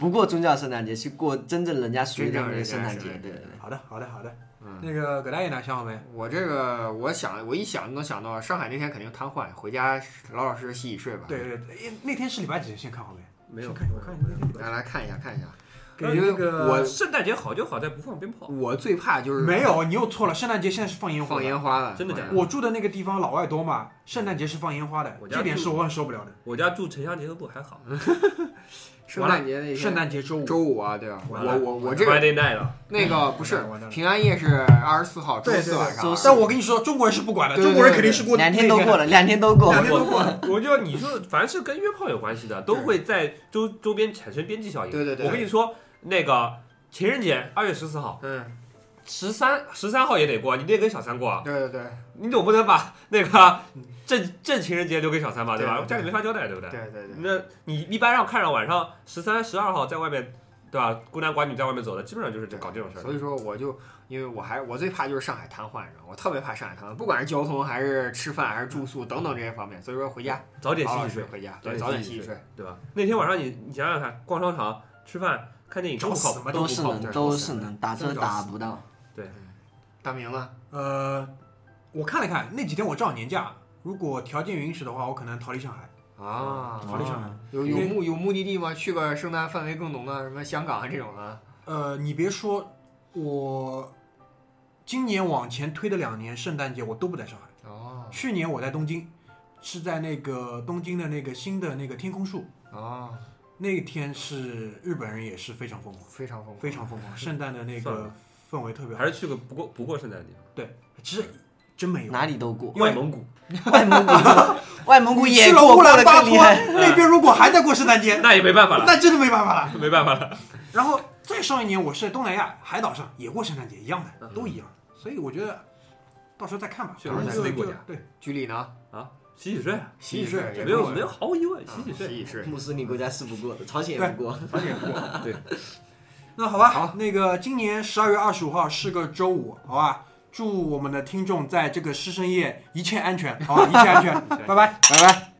C: 不过宗教圣诞节，去过真正人家属于的
E: 真正
C: 那
E: 人
C: 个
E: 家
C: 圣诞
E: 圣
C: 节。
E: 诞节
C: 对对对，
B: 好的，好的，好的。
D: 嗯
B: 那个葛大爷呢？想好没？
E: 我这个，我想，我一想就能想到，上海那天肯定瘫痪，回家老老实实洗洗睡吧。
B: 对，对对，哎那天是礼拜几？先看好没？
D: 没有
B: 先看一下，我看一下那 天礼拜
E: 来来看一下，看一下。
D: 呃
B: 给那个
E: 我
D: 圣诞节好就好在不放鞭炮，
E: 我最怕就
B: 几。
E: 是
B: 没有，你又错了。圣诞节现在是放烟火的。
E: 放烟花了，
D: 真的假的
B: 我住的那个地方老外多嘛，圣诞节是放烟花的
D: 我，家
B: 这点
D: 住
B: 是我很受不了的。
D: 我家住城乡结合部还好。
E: 嗯圣诞节那天，
B: 圣诞节周五，
E: 周五啊，对啊，我
D: 完了
E: 我我这个
D: Friday night 了，
E: 那个不
B: 完
E: 是
B: 蛋完蛋
E: 平安夜是二十四号周
B: 对对
E: 四
B: 对
E: 晚上
C: 周
E: 啊，
C: 四
B: 但我跟你说，中国人是不管的，
E: 对对
B: 中国人肯定是过
C: 两天都过
B: 了。
C: 了，两天都过。
B: 两天都过了。
D: 我我就你说，凡是跟约炮有关系的，都会在周周边产生边际效应。
E: 对对对
D: 我跟你说，那个情人节二月十四号，
E: 嗯，
D: 十三十三号也得过，你得跟小三过啊，
E: 对对对
D: 你总不能把 那个正正情人节留给小三吧，
E: 对
D: 吧？
E: 对对
D: 家里没法交代，对不对？
E: 对对对，
D: 那你一般让看上晚上十三、十二号在外面，对吧？孤男寡女在外面走的，基本上就是搞这种事儿。
E: 所以说我就因为我还我最怕就是上海瘫痪，你知道吗我特别怕上海瘫痪，不管是交通还是吃饭还是住宿等等这些方面，所以说回家
D: 早点
E: 老
D: 洗洗
E: 老实
D: 睡
E: 实，回家，
D: 早
E: 对，
D: 点
E: 早点
D: 洗
E: 洗
D: 洗
E: 洗睡，
D: 对吧？那天晚上你你想想看，逛商场、吃饭、看电影，
B: 找
D: 靠不靠
B: 死嘛
D: 谱？
C: 都是
D: 靠谱
C: 能，都是能，打
B: 真
C: 车
B: 的搞
C: 打
B: 死
C: 不到。
E: 大明呢？
B: 呃，我看了看，那几天我正好年假，如果条件允许的话，我可能逃离上海。
E: 啊、啊，
B: 法律上面。
E: 有有目有目的地吗？去个圣诞氛围更浓的，什么香港啊这种的。
B: 呃，你别说，我今年往前推的两年圣诞节我都不在上海。
E: 哦
B: 去年我在东京，是在那个东京的那个新的那个天空树，
E: 哦，
B: 那天是日本人也是非常疯狂，
E: 非常丰富，
B: 非常疯狂，圣诞的那
D: 算
B: 个
D: 了
B: 氛围特别好
D: 还。是去个不过不过圣诞的地方，
B: 对，其实真没有，
C: 哪里都过，
B: 因为
D: 外蒙古
C: 外蒙古，外蒙古
B: 你
C: 也
B: 去了
C: 过，
B: 乌
C: 过
B: 兰
C: 得
B: 巴
C: 更厉
B: 托
C: 害。
B: 那边，如果还在过圣诞节，
D: 那也没办法了，
B: 那真的没办法了。
D: 没办法了。
B: 然后再上一年，我是在东南亚海岛上也过圣诞节，一样的，
D: 嗯
B: 都一样。所以我觉得到时候再看吧，
D: 去
B: 到时候
D: 自己
B: 就
D: 国
B: 就
D: 家
B: 对
E: 居里呢？
D: 啊，洗洗睡，
E: 洗洗
B: 洗
E: 睡
B: 洗
E: 也
B: 睡
E: 啊
D: 没有没有，毫无疑问，洗洗睡。
E: 洗睡。
C: 穆斯林国家是不过的，朝鲜也不过。
B: 那好吧，
E: 好
B: 那个今年十二月二十五号是个周五，好吧。 祝我们的听众在这个师生夜一切安全，好吧，一切安全，拜拜。
E: 拜拜。